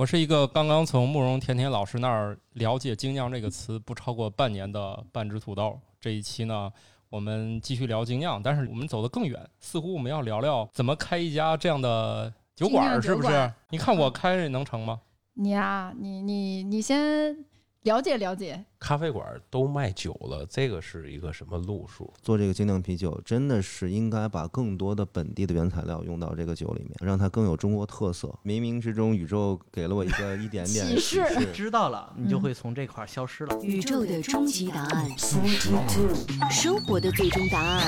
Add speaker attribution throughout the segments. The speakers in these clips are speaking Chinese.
Speaker 1: 我是一个刚刚从慕容甜甜老师那儿了解“精酿”这个词不超过半年的半只土豆。这一期呢，我们继续聊精酿，但是我们走得更远，似乎我们要聊聊怎么开一家这样的酒馆儿，
Speaker 2: 精
Speaker 1: 是
Speaker 2: 酿酒
Speaker 1: 不
Speaker 2: 馆
Speaker 1: 是？你看我开这能成吗？
Speaker 2: 你呀，你你你先了解了解，
Speaker 3: 咖啡馆都卖酒了，这个是一个什么路数？
Speaker 4: 做这个精酿啤酒，真的是应该把更多的本地的原材料用到这个酒里面，让它更有中国特色。冥冥之中，宇宙给了我一个一点点
Speaker 2: 启示
Speaker 5: 知道了，
Speaker 2: 嗯
Speaker 5: 你就会从这块儿消失了。
Speaker 6: 宇宙的终极答案，生活的最终答案。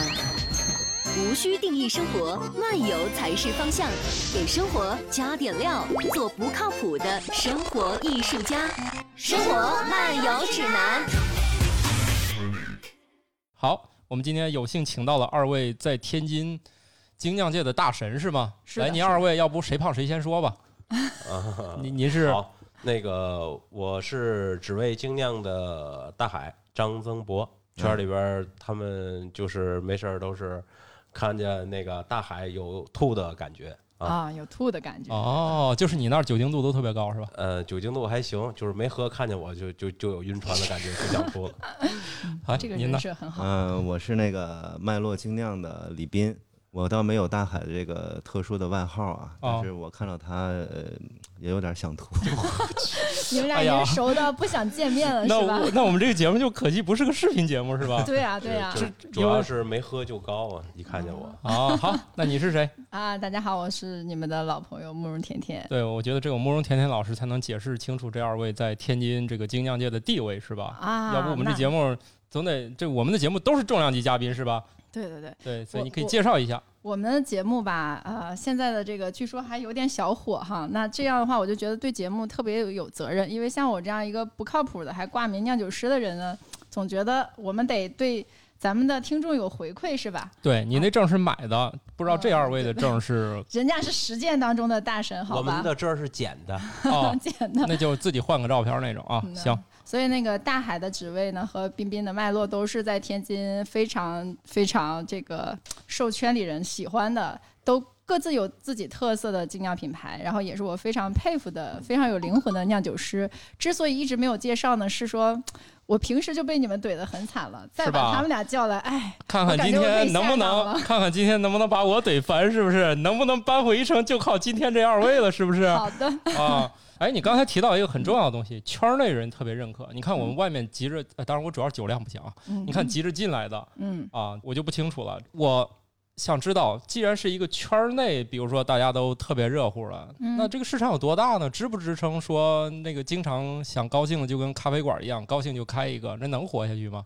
Speaker 6: 无需定义生活，漫游才是方向。给生活加点料，做不靠谱的生活艺术家。生活漫游指南。
Speaker 1: 好，我们今天有幸请到了二位在天津精酿界的大神，是吗？
Speaker 2: 是的
Speaker 1: 来，您二位，要不谁胖谁先说 吧？您您是
Speaker 3: 好，那个我是只为精酿的大海张增博，圈里边儿他们就是没事儿都是看见那个大海有吐的感觉啊，
Speaker 2: 啊，有吐的感觉。
Speaker 1: 哦，就是你那儿酒精度都特别高，是吧？
Speaker 3: 呃，酒精度还行，就是没喝看见我就就就有晕船的感觉，就想吐了。
Speaker 1: 啊，
Speaker 2: 这个
Speaker 1: 您
Speaker 2: 人
Speaker 1: 呢？
Speaker 2: 设很好，
Speaker 4: 嗯、呃我是那个麦洛精酿的李斌，我倒没有大海这个特殊的外号啊，
Speaker 1: 哦
Speaker 4: 但是我看到他呃也有点想吐。
Speaker 2: 你们俩
Speaker 1: 哎
Speaker 2: 已
Speaker 1: 呀
Speaker 2: 经熟的不想见面 了，
Speaker 1: 那
Speaker 2: 是吧？
Speaker 1: 我那我们这个节目就可惜不是个视频节目，是吧？
Speaker 2: 对呀、对呀、
Speaker 3: 就是主要是没喝就高啊，一看见我。
Speaker 1: 啊，好，那你是谁？
Speaker 2: 啊大家好，我是你们的老朋友慕容甜甜。
Speaker 1: 对，我觉得只有慕容甜甜老师才能解释清楚这二位在天津这个精酿界的地位，是吧？
Speaker 2: 啊，
Speaker 1: 要不我们这
Speaker 2: 那
Speaker 1: 节目总得这我们的节目都是重量级嘉宾，是吧？
Speaker 2: 对对对，
Speaker 1: 对，所以
Speaker 2: 我
Speaker 1: 你可以
Speaker 2: 我
Speaker 1: 介绍一下。
Speaker 2: 我们的节目吧，呃，现在的这个据说还有点小火哈。那这样的话，我就觉得对节目特别有有责任，因为像我这样一个不靠谱的还挂名酿酒师的人呢，总觉得我们得对咱们的听众有回馈是吧？
Speaker 1: 对你那证是买的，不知道这
Speaker 2: 啊
Speaker 1: 二位的证是
Speaker 2: 人家是实践当中的大神，好
Speaker 3: 我
Speaker 2: 吧，
Speaker 3: 们？的这儿是捡的，
Speaker 1: 哦
Speaker 2: 简单。
Speaker 1: 那就自己换个照片那种啊。
Speaker 2: 啊嗯
Speaker 1: 行，
Speaker 2: 所以那个大海的职位呢，和彬彬的脉络都是在天津非常非常这个受圈里人喜欢的，都各自有自己特色的精酿品牌，然后也是我非常佩服的、非常有灵魂的酿酒师。之所以一直没有介绍呢，是说。我平时就被你们怼得很惨了，再
Speaker 1: 是吧
Speaker 2: 把他们俩叫来，哎，
Speaker 1: 看看
Speaker 2: 我感
Speaker 1: 今
Speaker 2: 觉我被
Speaker 1: 天
Speaker 2: 吓
Speaker 1: 能不
Speaker 2: 到
Speaker 1: 能
Speaker 2: 了
Speaker 1: 看看今天能不能把我怼烦，是不是？能不能扳回一城，就靠今天这二位了，是 不是？
Speaker 2: 好的，
Speaker 1: 啊，哎，你刚才提到一个很重要的东西，圈儿内人特别认可。你看我们外面急着，呃当然我主要酒量不行啊。
Speaker 2: 嗯
Speaker 1: 你看，急着进来的
Speaker 2: 嗯，
Speaker 1: 啊，我就不清楚了。我想知道，既然是一个圈儿内，比如说大家都特别热乎了，
Speaker 2: 嗯
Speaker 1: 那这个市场有多大呢？支不支撑说那个经常想高兴的就跟咖啡馆一样，高兴就开一个，那能活下去吗？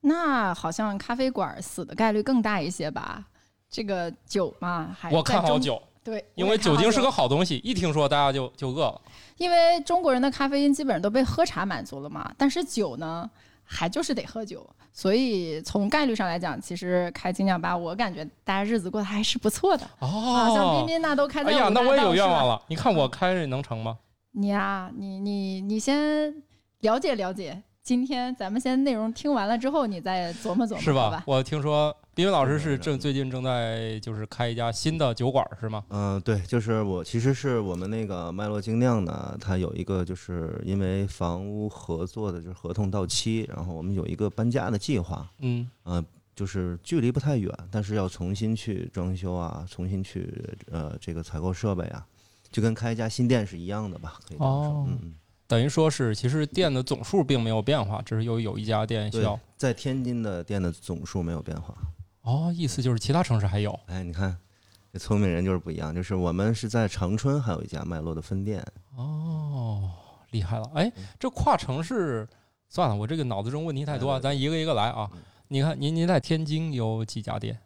Speaker 2: 那好像咖啡馆死的概率更大一些吧？这个酒嘛，还
Speaker 1: 我
Speaker 2: 在
Speaker 1: 看好
Speaker 2: 哎中，
Speaker 1: 酒，
Speaker 2: 对，
Speaker 1: 因
Speaker 2: 我
Speaker 1: 为
Speaker 2: 也看
Speaker 1: 酒
Speaker 2: 好
Speaker 1: 精是个好东西，一听说大家就就饿了。
Speaker 2: 因为中国人的咖啡因基本上都被喝茶满足了嘛，但是酒呢，还就是得喝酒，所以从概率上来讲，其实开精酿吧，我感觉大家日子过得还是不错的。啊，像彬
Speaker 1: 哦，
Speaker 2: 彬那都开在
Speaker 1: 哎呀，
Speaker 2: 五
Speaker 1: 那
Speaker 2: 大
Speaker 1: 我也
Speaker 2: 道
Speaker 1: 有愿
Speaker 2: 是吧啊嗯
Speaker 1: 望。了。你看我开这能成吗？
Speaker 2: 你呀、你你你先了解了解，今天咱们先内容听完了之后，你再琢磨琢磨，
Speaker 1: 是
Speaker 2: 好
Speaker 1: 吧
Speaker 2: 吧？？
Speaker 1: 我听说彬彬老师是
Speaker 4: 是的是
Speaker 1: 正
Speaker 4: 的
Speaker 1: 最近正在就是开一家新的酒馆儿是吗？
Speaker 4: 嗯、对，就是我其实是我们那个麦洛精酿呢，它有一个就是因为房屋合作的就是合同到期，然后我们有一个搬家的计划，
Speaker 1: 嗯，
Speaker 4: 呃，就是距离不太远，但是要重新去装修啊，重新去呃这个采购设备啊，就跟开一家新店是一样的吧？可以这么说，
Speaker 1: 哦
Speaker 4: 嗯嗯。
Speaker 1: 等于说是其实店的总数并没有变化，只是有有一家店需
Speaker 4: 对
Speaker 1: 要。
Speaker 4: 在天津的店的总数没有变化。
Speaker 1: 哦，意思就是其他城市还有。
Speaker 4: 哎，你看，这聪明人就是不一样。就是我们是在长春还有一家麦洛的分店，
Speaker 1: 哦，厉害了！
Speaker 4: 嗯
Speaker 1: 哎，这跨城市算了，我这个脑子中问题太多啊，
Speaker 4: 对对对嗯
Speaker 1: 咱一个一个来啊。你看，您您在天津有几家店？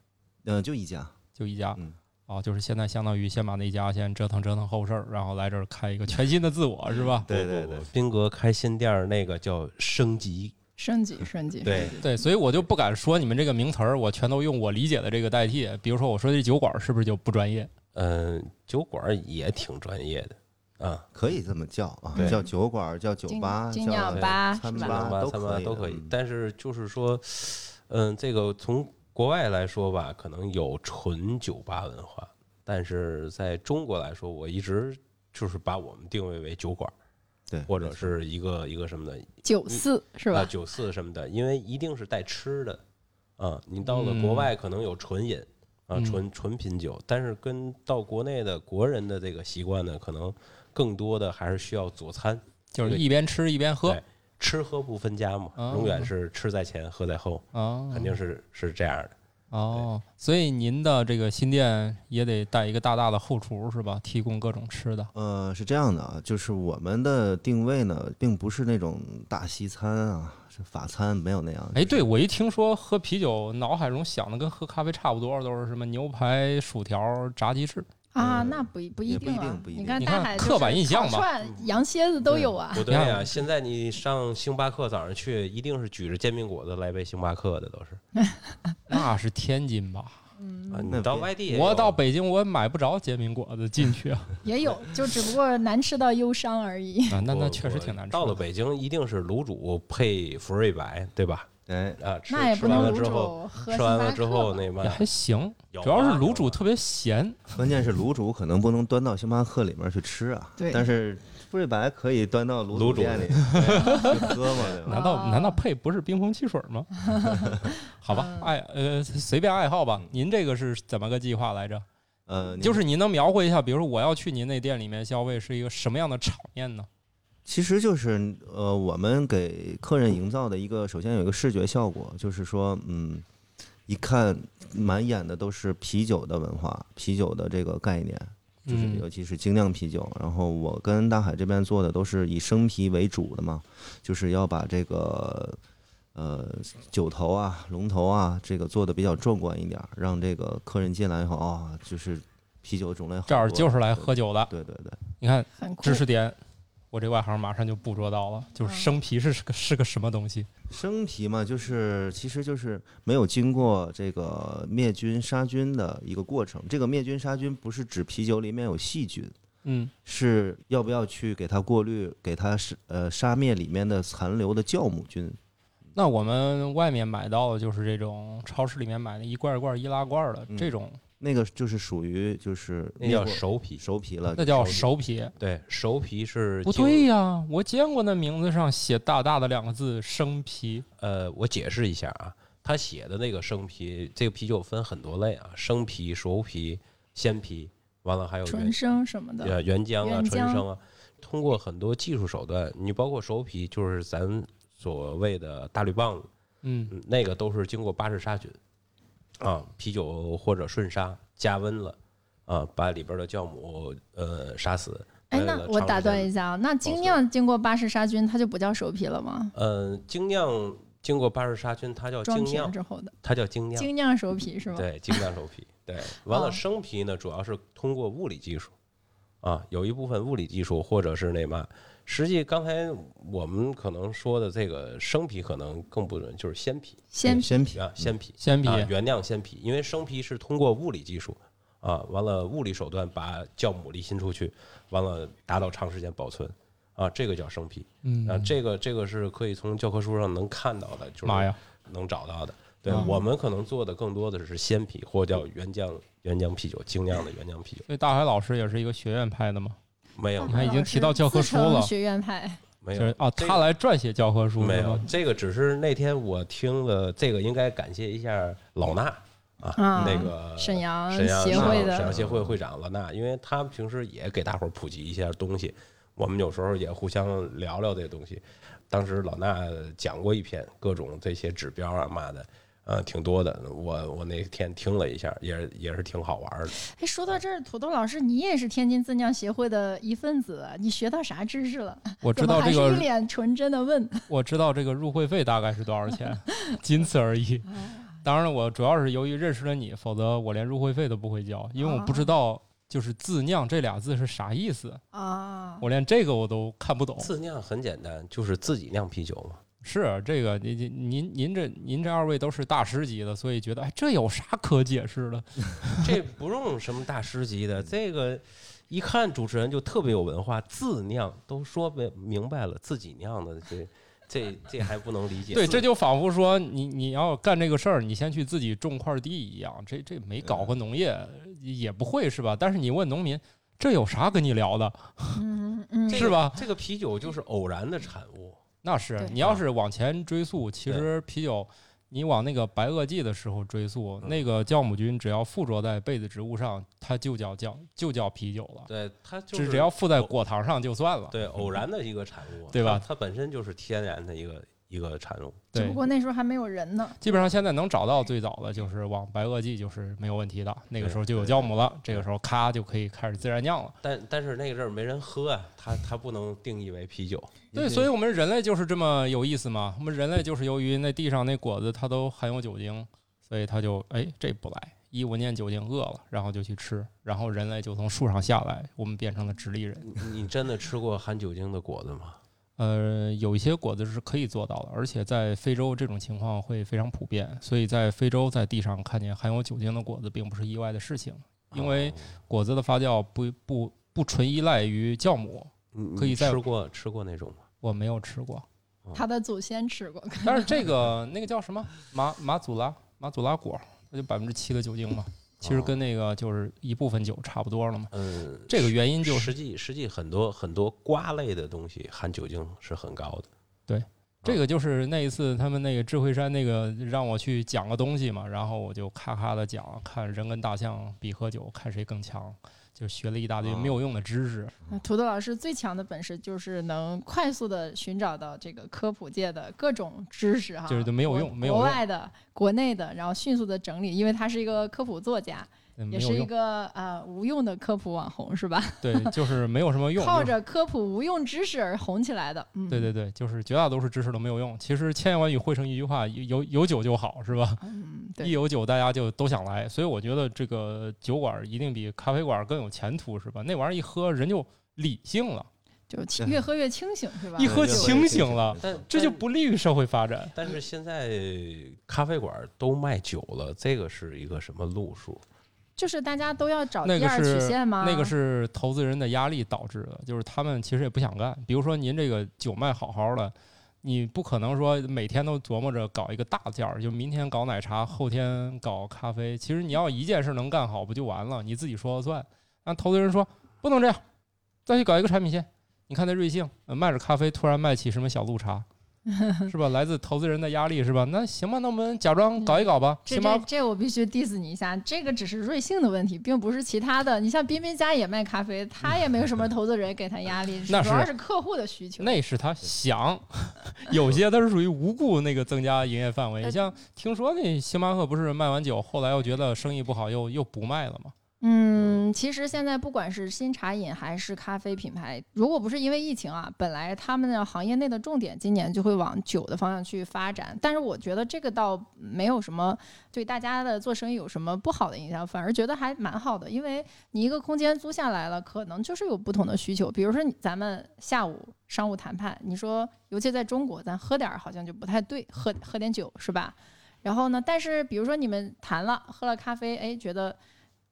Speaker 4: 呃，就一家。
Speaker 1: 就一家。
Speaker 4: 嗯
Speaker 1: 哦，就是现在相当于先把那家先折腾折腾后事儿，然后来这儿开一个全新的自我，是吧？
Speaker 4: 对
Speaker 3: 不
Speaker 4: 对
Speaker 3: 不
Speaker 4: 对
Speaker 3: 不，斌哥开新店儿那个叫升级，
Speaker 2: 升级升级，
Speaker 3: 对，
Speaker 1: 对，所以我就不敢说你们这个名词儿，我全都用我理解的这个代替。比如说，我说这酒馆儿是不是就不专业？
Speaker 3: 嗯，酒馆儿也挺专业的啊，
Speaker 4: 可以这么叫啊
Speaker 3: 对，
Speaker 4: 叫酒馆儿、叫酒
Speaker 2: 精
Speaker 4: 吧、
Speaker 2: 精
Speaker 4: 叫呃
Speaker 2: 酿吧
Speaker 4: 餐
Speaker 2: 是吧
Speaker 4: 吧
Speaker 3: 吧
Speaker 4: 都
Speaker 3: 三吧
Speaker 4: 可以
Speaker 3: 都可以
Speaker 4: 嗯。
Speaker 3: 但是就是说，嗯，这个从国外来说吧，可能有纯酒吧文化，但是在中国来说，我一直就是把我们定位为酒馆，
Speaker 4: 对，
Speaker 3: 或者是一个一个什么的，
Speaker 7: 九四是
Speaker 3: 啊
Speaker 7: 吧？
Speaker 3: 酒肆什么的，因为一定是带吃的啊。你到了
Speaker 4: 嗯
Speaker 3: 国外可能有纯饮啊，
Speaker 1: 嗯
Speaker 3: 纯纯品酒，但是跟到国内的国人的这个习惯呢，可能更多的还是需要佐餐，
Speaker 1: 就是一边吃一边喝
Speaker 3: 对吃喝不分家嘛，
Speaker 1: 啊
Speaker 3: 永远是吃在前，喝在后，
Speaker 1: 啊，
Speaker 3: 肯定是是这样的。
Speaker 1: 哦。所以您的这个新店也得带一个大大的后厨是吧？提供各种吃的。
Speaker 4: 呃，是这样的啊，就是我们的定位呢，并不是那种大西餐啊，是法餐没有那样。
Speaker 1: 哎，
Speaker 4: 就是
Speaker 1: 对，我一听说喝啤酒，脑海中想的跟喝咖啡差不多，都是什么牛排、薯条、炸鸡翅。
Speaker 7: 啊，
Speaker 4: 嗯
Speaker 7: 那不一不
Speaker 4: 也
Speaker 7: 一
Speaker 4: 不一
Speaker 7: 定啊
Speaker 4: 定！不一
Speaker 7: 你
Speaker 4: 定
Speaker 7: 看
Speaker 1: 你
Speaker 7: 大
Speaker 1: 看
Speaker 7: 海
Speaker 1: 刻板印象
Speaker 7: 吧，
Speaker 1: 吧
Speaker 7: 串羊蝎子都有啊
Speaker 3: 不。对呀、
Speaker 1: 嗯
Speaker 3: 现在你上星巴克早上去，一定是举着煎饼果子来杯星巴克的，都是
Speaker 1: 那是天津吧？
Speaker 3: 啊。
Speaker 4: 那
Speaker 3: 你到
Speaker 4: 别
Speaker 3: 外地也有，
Speaker 1: 嗯我到北京我也买不着煎饼果子进去 啊，
Speaker 7: 也有，就只不过难吃到忧伤而已。
Speaker 1: 啊那
Speaker 3: 我
Speaker 1: 那确实挺难吃的。
Speaker 3: 到了北京，一定是卤煮配福瑞白，对吧？
Speaker 4: 哎，
Speaker 3: 啊，吃
Speaker 7: 那也
Speaker 3: 吃
Speaker 7: 不
Speaker 3: 完
Speaker 7: 能
Speaker 3: 了
Speaker 7: 卤
Speaker 3: 之
Speaker 7: 煮
Speaker 3: 后，
Speaker 7: 喝
Speaker 3: 吃
Speaker 7: 星
Speaker 3: 完
Speaker 7: 巴
Speaker 3: 了之
Speaker 7: 克
Speaker 3: 后
Speaker 7: 吧
Speaker 3: 那嘛
Speaker 1: 也，还行，
Speaker 3: 有
Speaker 1: 主要是
Speaker 3: 啊
Speaker 1: 卤
Speaker 3: 有
Speaker 1: 煮
Speaker 3: 啊
Speaker 1: 特别咸。
Speaker 4: 关键是卤煮可能不能端到星巴克里面去吃啊，
Speaker 7: 对
Speaker 4: 但是富瑞白可以端到卤
Speaker 3: 卤煮
Speaker 4: 店里去喝 嘛，对吧？
Speaker 1: 难道
Speaker 7: 啊
Speaker 1: 难道配不是冰峰汽水吗？好吧，爱呃随便爱好吧。您这个是怎么个计划来着？
Speaker 4: 呃，你
Speaker 1: 就是您能描绘一下，比如说我要去您那店里面消费，是一个什么样的场面呢？
Speaker 4: 其实就是呃，我们给客人营造的一个，首先有一个视觉效果，就是说，嗯，一看满眼的都是啤酒的文化，啤酒的这个概念，就是
Speaker 1: 嗯
Speaker 4: 尤其是精酿啤酒。然后我跟大海这边做的都是以生啤为主的嘛，就是要把这个呃酒头啊、龙头啊这个做的比较壮观一点儿，让这个客人进来以后啊、就是啤酒种类好
Speaker 1: 这儿
Speaker 4: 多
Speaker 1: 就是来喝酒的。
Speaker 4: 对对对。
Speaker 1: 你看
Speaker 7: 很酷
Speaker 1: 知。识点，我这外行马上就捕捉到了，就是生啤是是个是个什么东西？
Speaker 4: 生啤嘛，就是其实就是没有经过这个灭菌杀菌的一个过程。这个灭菌杀菌不是指啤酒里面有细菌，
Speaker 1: 嗯，
Speaker 4: 是要不要去给它过滤，给它是呃杀灭里面的残留的酵母菌。
Speaker 1: 那我们外面买到的就是这种超市里面买的一罐一罐易拉罐的
Speaker 4: 嗯
Speaker 1: 这种，
Speaker 4: 那个就是属于就是
Speaker 3: 那叫熟啤。
Speaker 4: 熟啤了，
Speaker 1: 那叫熟啤。
Speaker 3: 对，熟啤是
Speaker 1: 不
Speaker 3: 经
Speaker 1: 对呀、我见过那名字上写大大的两个字“生啤
Speaker 3: 呃，我解释一下啊，他写的那个生啤，这个啤酒分很多类啊，生啤、熟啤、鲜啤，完了还有原
Speaker 7: 纯生什么的，
Speaker 3: 呃原浆啊、
Speaker 7: 原
Speaker 3: 纯
Speaker 7: 浆
Speaker 3: 生啊，通过很多技术手段，你包括熟啤，就是咱所谓的大绿棒子，”。
Speaker 1: 嗯，
Speaker 3: 嗯那个都是经过巴氏杀菌啊，啤酒或者顺杀加温了啊，把里边的酵母呃杀死。
Speaker 7: 哎，
Speaker 3: 为
Speaker 7: 那
Speaker 3: 了
Speaker 7: 我
Speaker 3: 长
Speaker 7: 打
Speaker 3: 时
Speaker 7: 断
Speaker 3: 间
Speaker 7: 一下啊，那精酿经过巴氏杀菌，它就不叫熟啤了吗？
Speaker 3: 呃，精酿经过巴氏杀菌，它叫
Speaker 7: 装
Speaker 3: 呃精
Speaker 7: 瓶
Speaker 3: 酿，
Speaker 7: 之后的
Speaker 3: 它叫精酿，
Speaker 7: 精酿熟啤是吗？
Speaker 3: 对，精酿熟啤。 对，完了
Speaker 7: 哦
Speaker 3: 生啤呢，主要是通过物理技术啊，有一部分物理技术或者是那嘛，实际刚才我们可能说的这个生啤可能更不准，就是鲜啤
Speaker 7: 先
Speaker 4: 鲜啤
Speaker 3: 啊，鲜啤。
Speaker 1: 嗯鲜啤、
Speaker 3: 啊，原酿鲜啤，因为生啤是通过物理技术啊，完了物理手段把酵母离心出去，完了达到长时间保存啊，这个叫生啤
Speaker 1: 嗯，
Speaker 3: 啊，这个这个是可以从教科书上能看到的，就是
Speaker 1: 妈呀，
Speaker 3: 能找到的。对、
Speaker 1: 嗯
Speaker 3: 我们可能做的更多的是鲜啤或叫原浆原浆啤酒，精酿的原浆啤酒，
Speaker 1: 所以大海老师也是一个学院派的嘛，
Speaker 3: 没有
Speaker 1: 你看已经提到教科书了
Speaker 7: 自成学院派
Speaker 3: 没
Speaker 1: 就
Speaker 3: 有
Speaker 1: 是啊，
Speaker 3: 这
Speaker 1: 他
Speaker 3: 个
Speaker 1: 来撰写教科书
Speaker 3: 没
Speaker 1: 是
Speaker 3: 有
Speaker 1: 吧？，
Speaker 3: 这个只是那天我听了这个，应该感谢一下老衲啊，
Speaker 7: 啊
Speaker 3: 那个
Speaker 7: 沈阳
Speaker 3: 沈阳
Speaker 7: 协会
Speaker 3: 沈阳
Speaker 7: 的，
Speaker 3: 协会会长了那，因为他平时也给大伙儿普及一下东西，我们有时候也互相聊聊这东西。当时老衲讲过一篇各种这些指标啊嘛的，呃，挺多的。我我那天听了一下，也是也是挺好玩儿的。
Speaker 7: 哎，说到这儿，土豆老师，你也是天津自酿协会的一份子，
Speaker 2: 啊
Speaker 7: 你学到啥知识了？
Speaker 1: 我知
Speaker 7: 怎么
Speaker 1: 道
Speaker 7: 还
Speaker 1: 这
Speaker 7: 是一
Speaker 1: 个，
Speaker 7: 脸纯真的问，
Speaker 1: 我知道这个入会费大概是多 少钱，仅此而已。
Speaker 7: 嗯
Speaker 1: 当然了，我主要是由于认识了你，否则我连入会费都不会交，因为我
Speaker 7: 哦
Speaker 1: 不知道就是“自酿”这俩字是啥意思，
Speaker 7: 啊，
Speaker 1: 我连这个我都看不懂。
Speaker 3: 自酿很简单，就是自己酿啤酒嘛。
Speaker 1: 是这个，您您您您这您这二位都是大师级的，所以觉得哎，这有啥可解释的？
Speaker 3: 这不用什么大师 级的，这个一看主持人就特别有文化，自酿都说明明白了，自己酿的这这这还不能理解。
Speaker 1: 对，这就仿佛说你你要干这个事儿，你先去自己种块地一样，这这没搞过农业也不会是吧？但是你问农民这有啥跟你聊的？
Speaker 8: 嗯嗯
Speaker 1: 是吧？
Speaker 3: 这个啤酒就是偶然的产物，
Speaker 1: 那是
Speaker 8: 对
Speaker 1: 你要是往前追溯，其实啤酒，你往那个白垩纪的时候追溯，
Speaker 3: 嗯
Speaker 1: 那个酵母菌只要附着在被子植物上，它就叫酵，就叫啤酒了。
Speaker 3: 对它就是
Speaker 1: 只只要附在果糖上就算了。
Speaker 3: 对偶然的一个产物，
Speaker 1: 对吧
Speaker 3: 它？它本身就是天然的一个一个产物，
Speaker 8: 只
Speaker 1: 对
Speaker 8: 不，过那时候还没有人呢。
Speaker 1: 基本上现在能找到最早的就是往白垩纪，就是没有问题的。那个时候就有酵母了，这个时候咔就可以开始自然酿了。
Speaker 3: 但但是那个阵儿没人喝啊，它它不能定义为啤酒，
Speaker 1: 对，所以我们人类就是这么有意思嘛。我们人类就是由于那地上那果子它都含有酒精，所以它就哎这不来，一闻见酒精饿了，然后就去吃，然后人类就从树上下来，我们变成了直立人。
Speaker 3: 你你真的吃过含酒精的果子吗？
Speaker 1: 呃，有一些果子是可以做到的，而且在非洲这种情况会非常普遍，所以在非洲在地上看见含有酒精的果子并不是意外的事情，因为
Speaker 3: 哦
Speaker 1: 果子的发酵不不不纯依赖于酵母，
Speaker 3: 你你
Speaker 1: 可以在
Speaker 3: 吃过吃过那种吗？
Speaker 1: 我没有吃过，
Speaker 2: 他的祖先吃过，
Speaker 1: 但是这个那个叫什么马马祖拉马祖拉果，那就百分之七的酒精嘛，其
Speaker 3: 啊
Speaker 1: 实跟那个就是一部分酒差不多了嘛。
Speaker 3: 嗯，
Speaker 1: 这个原因就
Speaker 3: 实际实际很多很多瓜类的东西含酒精是很高的，
Speaker 1: 这个就是那一次他们那个智慧山那个让我去讲个东西嘛，然后我就咔咔的讲，看人跟大象比喝酒，看谁更强，就学了一大
Speaker 2: 啊
Speaker 1: 堆没有用的知识。
Speaker 2: 那土豆老师最强的本事就是能快速的寻找到这个科普界的各种知识哈，
Speaker 1: 就是都没有
Speaker 2: 国
Speaker 1: 用没有
Speaker 2: 国
Speaker 1: 用
Speaker 2: 外的、国内的，然后迅速的整理，因为他是一个科普作家，
Speaker 1: 嗯
Speaker 2: 也
Speaker 1: 没有
Speaker 2: 是一
Speaker 1: 用，
Speaker 2: 个呃无用的科普网红是吧？
Speaker 1: 对，就是没有什么用。
Speaker 2: 靠
Speaker 1: 就是
Speaker 2: 着科普无用知识而红起来的，嗯，
Speaker 1: 对对对，就是绝大多数知识都没有用。其实千言万语汇成一句话，有有有酒就好，是吧？
Speaker 2: 嗯，
Speaker 1: 一
Speaker 2: 对，
Speaker 1: 有酒，大家就都想来。所以我觉得这个酒馆一定比咖啡馆更有前途，是吧？那玩意儿一喝，人就理性了，
Speaker 2: 就清越喝越清醒是吧？
Speaker 1: 一喝
Speaker 4: 对
Speaker 1: 清醒了，
Speaker 3: 但
Speaker 1: 这就不利于社会发展。
Speaker 3: 但是现在咖啡馆都卖酒了，这个是一个什么路数？
Speaker 2: 就是大家都要找
Speaker 1: 那
Speaker 2: 第
Speaker 1: 个
Speaker 2: 二曲
Speaker 1: 是
Speaker 2: 线吗？
Speaker 1: 那个是投资人的压力导致的，就是他们其实也不想干。比如说您这个酒卖好好的，你不可能说每天都琢磨着搞一个大件儿，就明天搞奶茶，后天搞咖啡。其实你要一件事能干好，不就完了？你自己说了算。那投资人说不能这样，再去搞一个产品线。你看那瑞幸、呃卖着咖啡，突然卖起什么小鹿茶， 是吧？来自投资人的压力是吧？那行吧，那我们假装搞一搞吧。
Speaker 2: 这
Speaker 1: 星巴
Speaker 2: 这这我必须 diss 你一下，这个只是瑞幸的问题，并不是其他的。你像彬彬家也卖咖啡，他也没有什么投资人给他压力，主
Speaker 1: 那是
Speaker 2: 要是客户的需求。
Speaker 1: 那是他想， 有些他是属于无故那个增加营业范围。
Speaker 2: 呃
Speaker 1: 你像听说那星巴克不是卖完酒，后来又觉得生意不好，又又不卖了嘛？
Speaker 2: 嗯，其实现在不管是新茶饮还是咖啡品牌，如果不是因为疫情啊，本来他们的行业内的重点今年就会往酒的方向去发展。但是我觉得这个倒没有什么对大家的做生意有什么不好的影响，反而觉得还蛮好的，因为你一个空间租下来了，可能就是有不同的需求。比如说你咱们下午商务谈判，你说尤其在中国，咱喝点儿好像就不太对，喝喝点酒是吧？然后呢，但是比如说你们谈了，喝了咖啡，哎，觉得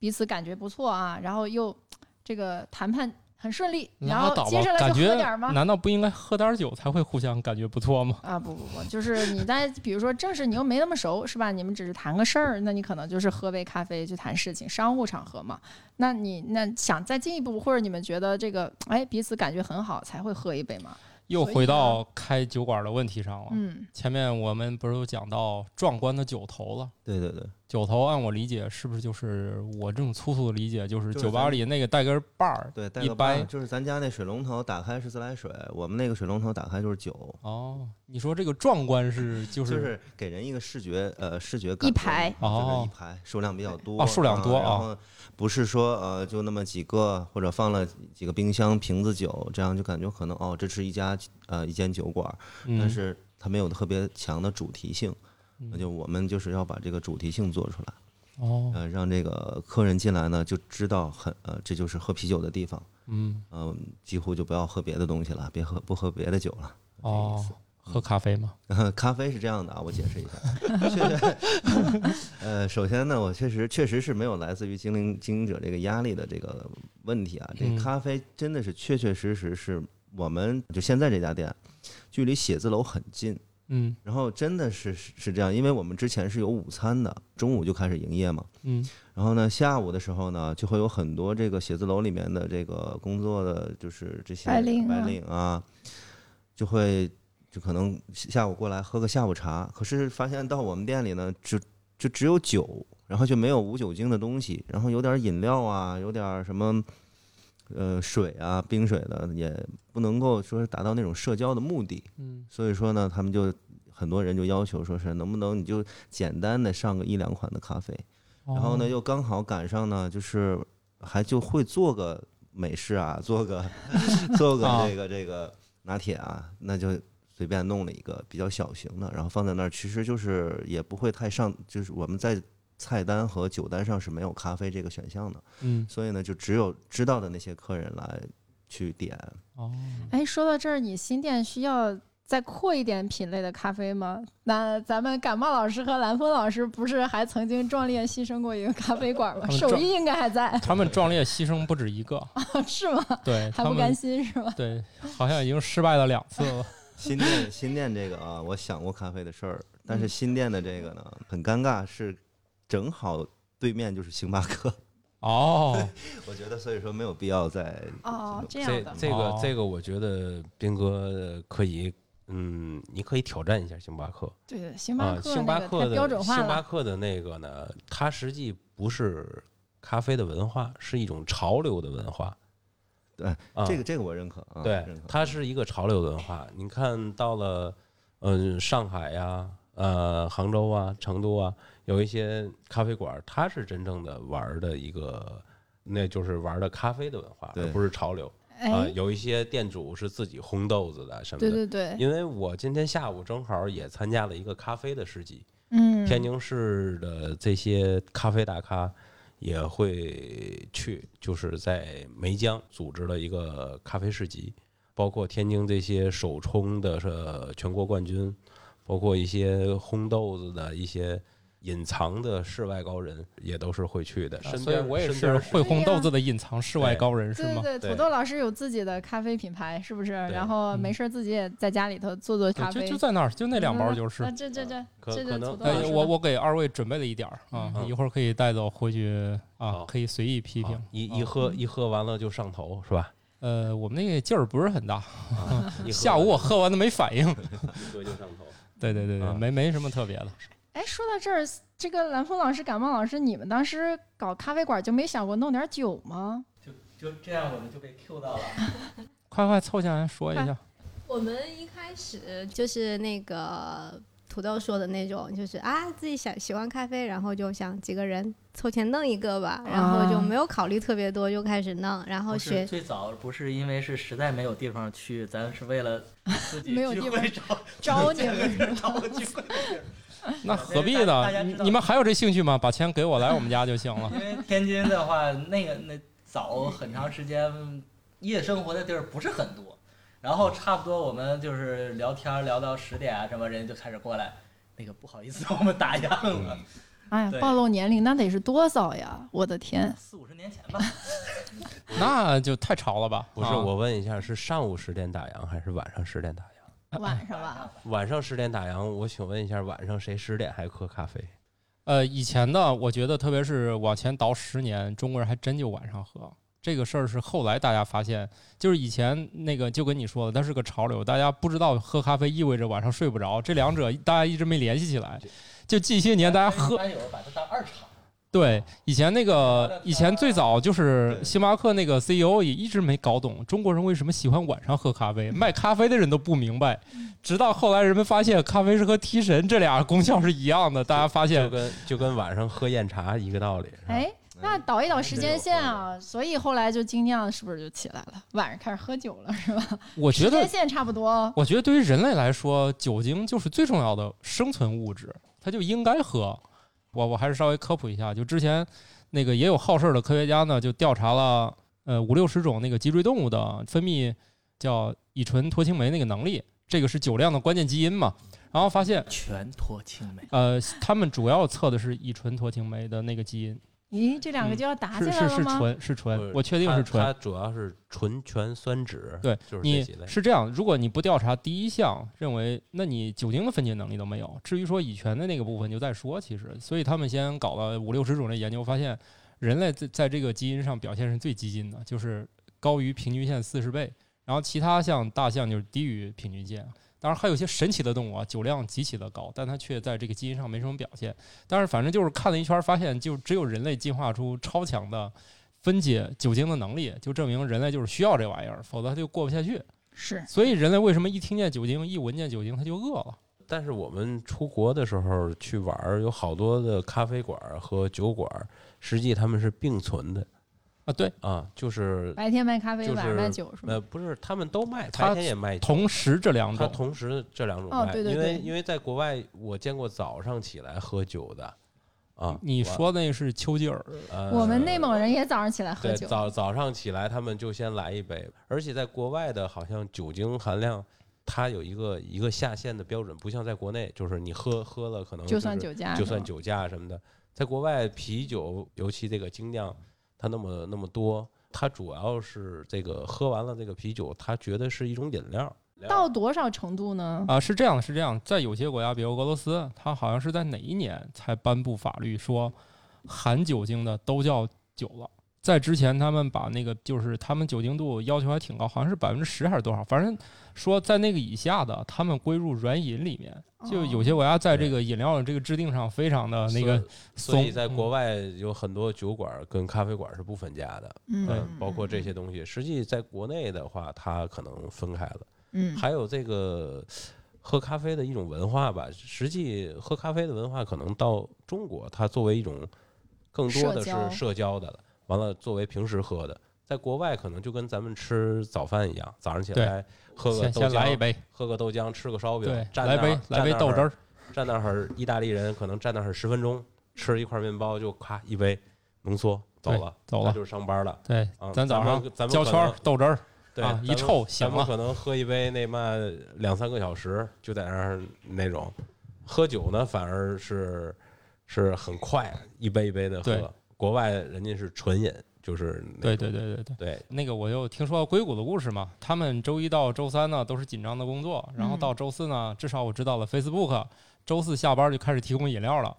Speaker 2: 彼此感觉不错啊，然后又这个谈判很顺利，然
Speaker 1: 拉
Speaker 2: 后
Speaker 1: 倒吧
Speaker 2: 接下，来
Speaker 1: 感
Speaker 2: 就
Speaker 1: 觉
Speaker 2: 喝点儿吗？
Speaker 1: 难道不应该喝点酒才会互相感觉不错吗？
Speaker 2: 啊不不不，就是你在比如说正式你又没那么熟是吧？你们只是谈个事儿，那你可能就是喝杯咖啡去谈事情，商务场合嘛。那你那想再进一步，或者你们觉得这个哎彼此感觉很好，才会喝一杯嘛。
Speaker 1: 又
Speaker 2: 所以
Speaker 1: 回
Speaker 2: 呢
Speaker 1: 到开酒馆的问题上了。
Speaker 2: 嗯，
Speaker 1: 前面我们不是有讲到壮观的酒头了？
Speaker 4: 对对对，
Speaker 1: 酒头按我理解，是不是就是我这种粗俗的理解，就是
Speaker 4: 就是
Speaker 1: 酒吧
Speaker 4: 咱
Speaker 1: 里那个带根把儿
Speaker 4: 对，带
Speaker 1: 一
Speaker 4: 个把
Speaker 1: 掰
Speaker 4: 儿就是咱家那水龙头打开是自来水，我们那个水龙头打开就是酒，
Speaker 1: 哦？你说这个壮观 是就
Speaker 4: 就是是给人一个视觉呃视觉感
Speaker 2: 一
Speaker 4: 觉
Speaker 2: 排
Speaker 4: 嘛就是
Speaker 1: 哦
Speaker 4: 一排数量比较多
Speaker 1: 哦数量多
Speaker 4: 啊然
Speaker 1: 啊
Speaker 4: 后不是说呃就那么几个或者放了几个冰箱瓶子酒，这样就感觉可能哦这是一家呃一间酒馆，但
Speaker 1: 嗯
Speaker 4: 是它没有特别强的主题性，那
Speaker 1: 嗯
Speaker 4: 就我们就是要把这个主题性做出来，
Speaker 1: 哦
Speaker 4: 呃让这个客人进来呢就知道很呃这就是喝啤酒的地方，
Speaker 1: 嗯
Speaker 4: 嗯、几乎就不要喝别的东西了，别喝不喝别的酒了。呃
Speaker 1: 哦，喝咖啡吗？
Speaker 4: 咖啡是这样的啊，我解释一 下，确实，呃，首先呢，我确实确实是没有来自于经营经营者这个压力的这个问题啊，这
Speaker 1: 嗯
Speaker 4: 咖啡真的是确确实实是我们就现在这家店，距离写字楼很近，
Speaker 1: 嗯
Speaker 4: 然后真的是是是这样，因为我们之前是有午餐的，中午就开始营业嘛。
Speaker 1: 嗯
Speaker 4: 然后呢，下午的时候呢，就会有很多这个写字楼里面的这个工作的，就是这些
Speaker 2: 白领
Speaker 4: 白
Speaker 2: 啊
Speaker 4: 领啊，就会就可能下午过来喝个下午茶。可是发现到我们店里呢，就就只有酒，然后就没有无酒精的东西，然后有点饮料啊，有点什么。呃，水啊，冰水的也不能够说是达到那种社交的目的，
Speaker 1: 嗯
Speaker 4: 所以说呢，他们就很多人就要求说是能不能你就简单的上个一两款的咖啡，然
Speaker 1: 哦
Speaker 4: 后呢又刚好赶上呢，就是还就会做个美式啊，做个做个
Speaker 1: 啊
Speaker 4: 这个这个拿铁啊，那就随便弄了一个比较小型的，然后放在那儿，其实就是也不会太上，就是我们在菜单和酒单上是没有咖啡这个选项的，
Speaker 1: 嗯
Speaker 4: 所以呢就只有知道的那些客人来去点，
Speaker 1: 哦
Speaker 2: 哎，说到这儿，你新店需要再扩一点品类的咖啡吗？那咱们感冒老师和蓝峰老师不是还曾经壮烈牺牲过一个咖啡馆吗？
Speaker 1: 他们
Speaker 2: 手
Speaker 1: 壮
Speaker 2: 艺应该还在，
Speaker 1: 他们壮烈牺牲不止一个，
Speaker 2: 是吗？
Speaker 1: 对
Speaker 2: 还
Speaker 1: 他
Speaker 2: 不甘
Speaker 1: 们
Speaker 2: 心是 吧？
Speaker 1: 对好像已经失败了两次 了。
Speaker 4: 新店新店这个啊，我想过咖啡的事儿，但
Speaker 3: 嗯
Speaker 4: 是新店的这个呢，很尴尬，是正好对面就是星巴克，
Speaker 1: 哦，
Speaker 4: 我觉得所以说没有必要再
Speaker 2: 哦，这样
Speaker 3: 这
Speaker 2: 的。
Speaker 3: 这个
Speaker 1: 哦
Speaker 3: 这个，我觉得斌哥可以，嗯，你可以挑战一下星巴克
Speaker 2: 对对，星巴
Speaker 3: 啊，
Speaker 2: 克
Speaker 3: 星巴
Speaker 2: 那个
Speaker 3: 克
Speaker 2: 太
Speaker 3: 的
Speaker 2: 标准化
Speaker 3: 星巴
Speaker 2: 了。
Speaker 3: 克的那个呢，它实际不是咖啡的文化，是一种潮流的文化。
Speaker 4: 对
Speaker 3: 啊，
Speaker 4: 这个这个我认可啊，
Speaker 3: 对
Speaker 4: 认，可。
Speaker 3: 它是一个潮流文化。你看到了，嗯、上海呀、呃，杭州啊，成都啊，有一些咖啡馆儿，它是真正的玩儿的一个，那就是玩儿的咖啡的文化，而
Speaker 4: 对
Speaker 3: 不是潮流。啊、
Speaker 2: 哎，
Speaker 3: 有一些店主是自己烘豆子的什么
Speaker 2: 对对
Speaker 3: 的。
Speaker 2: 对，
Speaker 3: 因为我今天下午正好也参加了一个咖啡的市集，
Speaker 2: 嗯，
Speaker 3: 天津市的这些咖啡大咖也会去，就是在梅江组织了一个咖啡市集，包括天津这些首冲的是全国冠军，包括一些烘豆子的一些隐藏的世外高人，也都是会去的。
Speaker 1: 啊
Speaker 3: 身
Speaker 1: 所以
Speaker 3: 边
Speaker 1: 我也
Speaker 3: 身边
Speaker 1: 是会
Speaker 2: 对
Speaker 1: 烘
Speaker 2: 呀
Speaker 1: 豆子的隐藏世外
Speaker 3: 对
Speaker 1: 高人，是
Speaker 2: 对
Speaker 1: 吗？
Speaker 2: 对对，
Speaker 3: 对
Speaker 2: 土豆老师有自己的咖啡品牌，是不是？然后没事儿自己也在家里头做做
Speaker 1: 嗯对
Speaker 2: 咖啡
Speaker 1: 就就。在那儿，就那两包就是嗯
Speaker 2: 啊。这这这
Speaker 3: 可
Speaker 2: 这
Speaker 3: 可
Speaker 2: 这
Speaker 3: 能
Speaker 2: 土豆
Speaker 1: 呃
Speaker 2: 老，师
Speaker 1: 我
Speaker 2: 的
Speaker 1: 我给二位准备了一点儿啊，
Speaker 3: 嗯
Speaker 1: 一会儿可以带走回去啊
Speaker 3: 好，
Speaker 1: 可以随意批评
Speaker 3: 啊。一一喝一喝完了就上头是吧？
Speaker 1: 呃，我们那个劲儿不是很大，
Speaker 3: 啊一喝
Speaker 1: 下午我喝完了没反应。
Speaker 3: 一喝就上头。
Speaker 1: 对对对对，
Speaker 3: 啊
Speaker 1: 没没什么特别的。
Speaker 2: 哎，说到这儿，这个蓝峰老师、感冒老师，你们当时搞咖啡馆就没想过弄点酒吗？
Speaker 5: 就这样，我们就被 Q 到了。
Speaker 1: 快快凑下来说一下，
Speaker 9: 我们一开始就是那个土豆说的那种，就是啊自己想喜欢咖啡，然后就想几个人凑钱弄一个吧，
Speaker 1: 啊
Speaker 9: 然后就没有考虑特别多，就开始弄，然后
Speaker 5: 不是
Speaker 9: 学
Speaker 5: 最早不是因为是实在没有地方去，咱是为了自 己
Speaker 2: 没有
Speaker 5: 聚
Speaker 2: 地
Speaker 5: 会
Speaker 2: 方
Speaker 5: 找
Speaker 2: 招你
Speaker 5: 见个
Speaker 2: 们
Speaker 5: 人找我聚会的地儿。
Speaker 1: 那何必
Speaker 5: 大
Speaker 1: 呢？
Speaker 5: 家知
Speaker 1: 你
Speaker 5: 道
Speaker 1: 你们还有这兴趣吗？把钱给我，来我们家就行 了。
Speaker 5: 因为天津的话，那个那早很长时间夜生活的地儿不是很多，然后差不多我们就是聊天儿聊到十点啊，什么人就开始过来，那个不好意思，我们打烊了，
Speaker 2: 哎呀，
Speaker 5: 对
Speaker 2: 暴露年龄那得是多少呀！我 的天，
Speaker 5: 四五十年前吧，
Speaker 1: 那就太潮了吧？
Speaker 3: 不是，
Speaker 1: 啊
Speaker 3: 我问一下，是上午十点打烊还是晚上十点打烊？
Speaker 2: 晚 上吧，
Speaker 3: 晚上十点打烊，我请问一下，晚上谁十点还喝咖啡？
Speaker 1: 呃，以前的我觉得，特别是往前倒十年，中国人还真就晚上喝。这个事儿是后来大家发现，就是以前那个就跟你说的，它是个潮流，大家不知道喝咖啡意味着晚上睡不着，这两者大家一直没联系起来。就近些年大家喝，
Speaker 5: 班友把它当二厂，
Speaker 1: 对以前那 个以前最早就是
Speaker 4: 对
Speaker 1: 星巴克那个 CEO 也一直没搞懂中国人为什么喜欢晚上喝咖啡，卖咖啡的人都不明白，直到后来人们发现咖啡是和提神这俩功效是一样的，大家发
Speaker 3: 就
Speaker 1: 现
Speaker 3: 跟就跟晚上喝夜茶一个道理。是吧
Speaker 2: 哎，那倒一倒时间线啊，所以后来就精酿是不是就起来了？晚上开始喝酒了是吧？
Speaker 1: 我觉
Speaker 2: 时
Speaker 1: 得
Speaker 2: 间线差不多哦。
Speaker 1: 我觉得对于人类来说，酒精就是最重要的生存物质，它就应该喝。我我还是稍微科普一下，就之前那个也有好事儿的科学家呢，就调查了呃五六十种那个脊椎动物的分泌叫乙醇脱氢酶那个能力，这个是酒量的关键基因嘛。然后发现，
Speaker 5: 全脱氢酶。
Speaker 1: 呃，他们主要测的是乙醇脱氢酶的那个基因，
Speaker 2: 咦，这两个
Speaker 1: 嗯
Speaker 2: 就要打起
Speaker 1: 是
Speaker 2: 来
Speaker 1: 是
Speaker 2: 啊了
Speaker 1: 是
Speaker 2: 吗？
Speaker 1: 醇是
Speaker 3: 不
Speaker 1: 醇，
Speaker 3: 是
Speaker 1: 我确定是
Speaker 3: 它它
Speaker 1: 醇。
Speaker 3: 主要是醇醛酸酯，
Speaker 1: 对，
Speaker 3: 就是这
Speaker 1: 你
Speaker 3: 几类。
Speaker 1: 是这样，如果你不调查第一项，认为那你酒精的分解能力都没有。至于说乙醛的那个部分，就再说。其实，所以他们先搞了五六十种的研究，发现人类在在这个基因上表现是最激进的，就是高于平均线四十倍。然后其他像大象就是低于平均线。当然，还有一些神奇的动物啊，酒量极其的高，但它却在这个基因上没什么表现。但是反正就是看了一圈儿，发现就只有人类进化出超强的分解酒精的能力，就证明人类就是需要这玩意儿，否则它就过不下去。
Speaker 7: 是
Speaker 1: 所以人类为什么一听见酒精、一闻见酒精它就饿了？
Speaker 3: 但是我们出国的时候去玩儿，有好多的咖啡馆儿和酒馆儿，实际他们是并存的
Speaker 1: 啊，对，
Speaker 3: 啊，就是
Speaker 2: 白天卖咖啡，
Speaker 3: 就是
Speaker 2: 晚上卖酒是吗？
Speaker 3: 呃不是他们都卖，
Speaker 1: 它
Speaker 3: 白天也卖酒，
Speaker 1: 同时这两
Speaker 3: 它
Speaker 1: 种，
Speaker 3: 同时这两种
Speaker 7: 哦
Speaker 3: 卖，
Speaker 7: 对对
Speaker 3: 因为
Speaker 7: 对
Speaker 3: 因为在国外我见过早上起来喝酒的啊，
Speaker 1: 你
Speaker 3: 我
Speaker 1: 说那是丘吉尔，
Speaker 3: 呃
Speaker 2: 我们内蒙人也早上起来喝
Speaker 3: 对，
Speaker 2: 酒，
Speaker 3: 早早上起来他们就先来一杯，而且在国外的好像酒精含量。它有一个一个下限的标准，不像在国内，就是你喝喝了可能
Speaker 7: 就算
Speaker 3: 是
Speaker 7: 酒驾，
Speaker 3: 就算。酒驾什么的，在国外啤酒，尤其这个精酿，它那么那么多，它主要是这个喝完了这个啤酒，它觉得是一种饮料。
Speaker 2: 到多少程度呢？
Speaker 1: 啊，是这样的，是这样，在有些国家，比如俄罗斯，它好像是在哪一年才颁布法律说，含酒精的都叫酒了。在之前，他们把那个就是他们酒精度要求还挺高，好像是百分之十还是多少，反正说在那个以下的，他们归入软饮里面。啊就有
Speaker 2: 哦
Speaker 1: 些国家在这个饮料的这个制定上非常的那个
Speaker 3: 所以，所以
Speaker 1: 松
Speaker 3: 在
Speaker 1: 嗯
Speaker 3: 国外有很多酒馆跟咖啡馆是不分家的，
Speaker 1: 对
Speaker 7: 嗯
Speaker 3: 嗯，包括这些东西。实际在国内的话，它可能分开了。
Speaker 7: 嗯，
Speaker 3: 还有这个喝咖啡的一种文化吧。实际喝咖啡的文化可能到中国，它作为一种更多的
Speaker 7: 社交
Speaker 3: 是社交的了。完了，作为平时喝的，在国外可能就跟咱们吃早饭一样，早上起来喝个
Speaker 1: 先
Speaker 3: 豆
Speaker 1: 先来一
Speaker 3: 浆，
Speaker 1: 杯，
Speaker 3: 喝个豆浆，吃个烧饼
Speaker 1: 对，，
Speaker 3: 站
Speaker 1: 来
Speaker 3: 那儿
Speaker 1: 杯来杯豆汁，儿，
Speaker 3: 站那儿站那儿，意大利人可能站那儿十分钟，吃一块面包就咔一杯浓缩走
Speaker 1: 对
Speaker 3: 了，
Speaker 1: 走
Speaker 3: 那
Speaker 1: 了
Speaker 3: 就是上班了。
Speaker 1: 对
Speaker 3: 啊，
Speaker 1: 咱早上
Speaker 3: 们咱们
Speaker 1: 焦
Speaker 3: 可
Speaker 1: 圈儿
Speaker 3: 能
Speaker 1: 豆汁儿，
Speaker 3: 对，
Speaker 1: 啊一
Speaker 3: 咱们
Speaker 1: 臭醒
Speaker 3: 咱们
Speaker 1: 了
Speaker 3: 可能喝一杯那嘛两三个小时就在那儿那种，喝酒呢反而是是很快，一杯一杯的
Speaker 1: 对
Speaker 3: 喝。国外人家是纯饮，就是那
Speaker 1: 对
Speaker 3: 种
Speaker 1: 对对对对。
Speaker 3: 对
Speaker 1: 那个我又听说硅谷的故事嘛，他们周一到周三呢都是紧张的工作，然后到周四呢，至少我知道了 Facebook，周四下班就开始提供饮料了，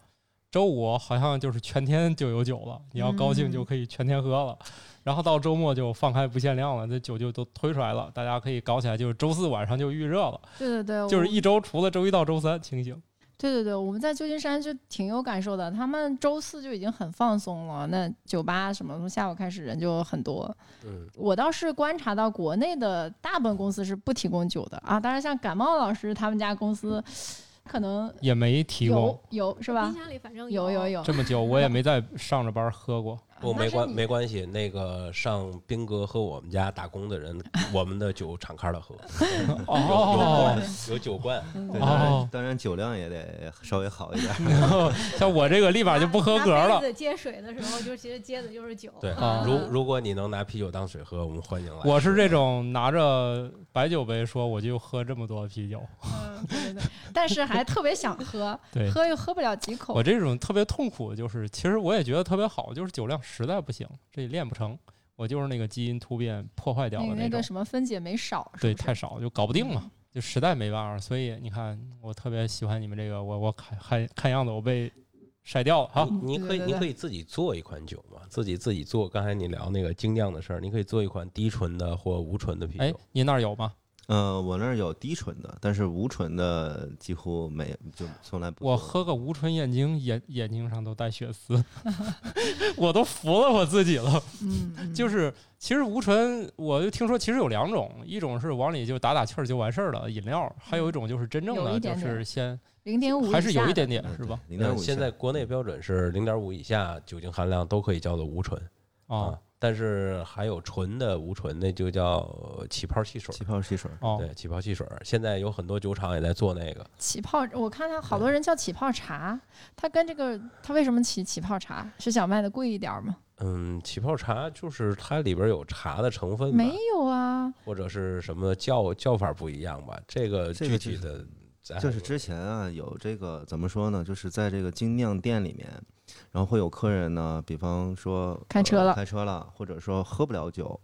Speaker 1: 周五好像就是全天就有酒了，你要高兴就可以全天喝了，然后到周末就放开不限量了，这酒就都推出来了，大家可以搞起来，就是周四晚上就预热了，
Speaker 2: 对对对，
Speaker 1: 就是
Speaker 2: 我
Speaker 1: 一周除了周一到周三清醒，
Speaker 2: 对对对，我们在旧金山就挺有感受的，他们周四就已经很放松了，那酒吧什么从下午开始人就很多。
Speaker 3: 嗯，
Speaker 2: 我倒是观察到国内的大部分公司是不提供酒的啊，当然像感冒老师他们家公司可能
Speaker 1: 也没提供
Speaker 2: 有。有是吧
Speaker 9: 冰？箱里反正
Speaker 2: 有有有，
Speaker 1: 这么久我也没在上着班喝过，
Speaker 3: 不
Speaker 2: 啊那
Speaker 3: 没
Speaker 2: 是
Speaker 3: 关
Speaker 2: 你
Speaker 3: 没关系。那个上兵哥和我们家打工的人，我们的酒敞开了喝，有有
Speaker 1: 哦
Speaker 3: 罐有酒罐，对
Speaker 4: 当然
Speaker 1: 哦
Speaker 4: 当然酒量也得稍微好一点。
Speaker 1: 像我这个立马就不合格了
Speaker 9: 拿。杯子接水的时候，就其实接的就是酒。
Speaker 3: 对
Speaker 1: 啊。
Speaker 3: 如如果你能拿啤酒当水喝，我们欢迎来。
Speaker 1: 我是这种拿着白酒杯说我就喝这么多啤酒，
Speaker 2: 嗯，对对对，但是还特别想喝，
Speaker 1: 对
Speaker 2: 喝又喝不了几口
Speaker 1: 我。这种特别痛苦，就是其实我也觉得特别好，就是酒量实在不行，这练不成，我就是那个基因突变破坏掉
Speaker 2: 那
Speaker 1: 的
Speaker 2: 个那
Speaker 1: 种
Speaker 2: 个，什么分解没少，是
Speaker 1: 对，
Speaker 2: 不是嗯
Speaker 1: 太少就搞不定嘛，就实在没办法。所以你看，我特别喜欢你们这个，我我看看看样子我被晒掉了哈。
Speaker 3: 你你可
Speaker 2: 对
Speaker 3: 以
Speaker 2: 对对
Speaker 3: 你可以自己做一款酒嘛，自己自己做。刚才你聊那个精酿的事儿，你可以做一款低醇的或无醇的啤
Speaker 1: 哎
Speaker 3: 酒。，
Speaker 1: 您那儿有吗？
Speaker 4: 呃，我那儿有低醇的，但是无醇的几乎没，就从来不。
Speaker 1: 我喝个无醇燕京，眼眼睛上都带血丝， 我都服了我自己了。
Speaker 2: 嗯，嗯
Speaker 1: 就是其实无醇，我就听说其实有两种，一种是往里就打打气儿就完事儿了饮料，还有一种就是真正
Speaker 2: 有
Speaker 1: 的
Speaker 2: 一
Speaker 1: 就
Speaker 2: 点点
Speaker 1: 是先
Speaker 2: 零点五
Speaker 1: 还是有一点点
Speaker 4: 嗯
Speaker 1: 是吧？？
Speaker 4: 零点
Speaker 3: 呃
Speaker 4: 五。
Speaker 3: 现在国内标准是零点五以下酒精含量都可以叫做无醇啊
Speaker 1: 哦，
Speaker 3: 但是还有纯的无醇，那就叫呃起泡汽水儿。
Speaker 4: 气泡汽水儿，
Speaker 1: 哦，
Speaker 3: 啊对，起泡汽水儿，现在有很多酒厂也在做那个。
Speaker 2: 起泡，我看他好多人叫起泡茶，它跟这个它为什么起起泡茶？是想卖的贵一点儿吗？
Speaker 3: 嗯，起泡茶就是它里边有茶的成分吧
Speaker 2: 没，有啊，
Speaker 3: 或者是什么叫叫法不一样吧？这个
Speaker 4: 这
Speaker 3: 具
Speaker 4: 个
Speaker 3: 体
Speaker 4: 就
Speaker 3: 的咱
Speaker 4: 就是之前啊，有这个怎么说呢？就是在这个精酿店里面，然后会有客人呢，比方说
Speaker 7: 开车
Speaker 4: 呃
Speaker 7: 了
Speaker 4: 开车了，或者说喝不了酒，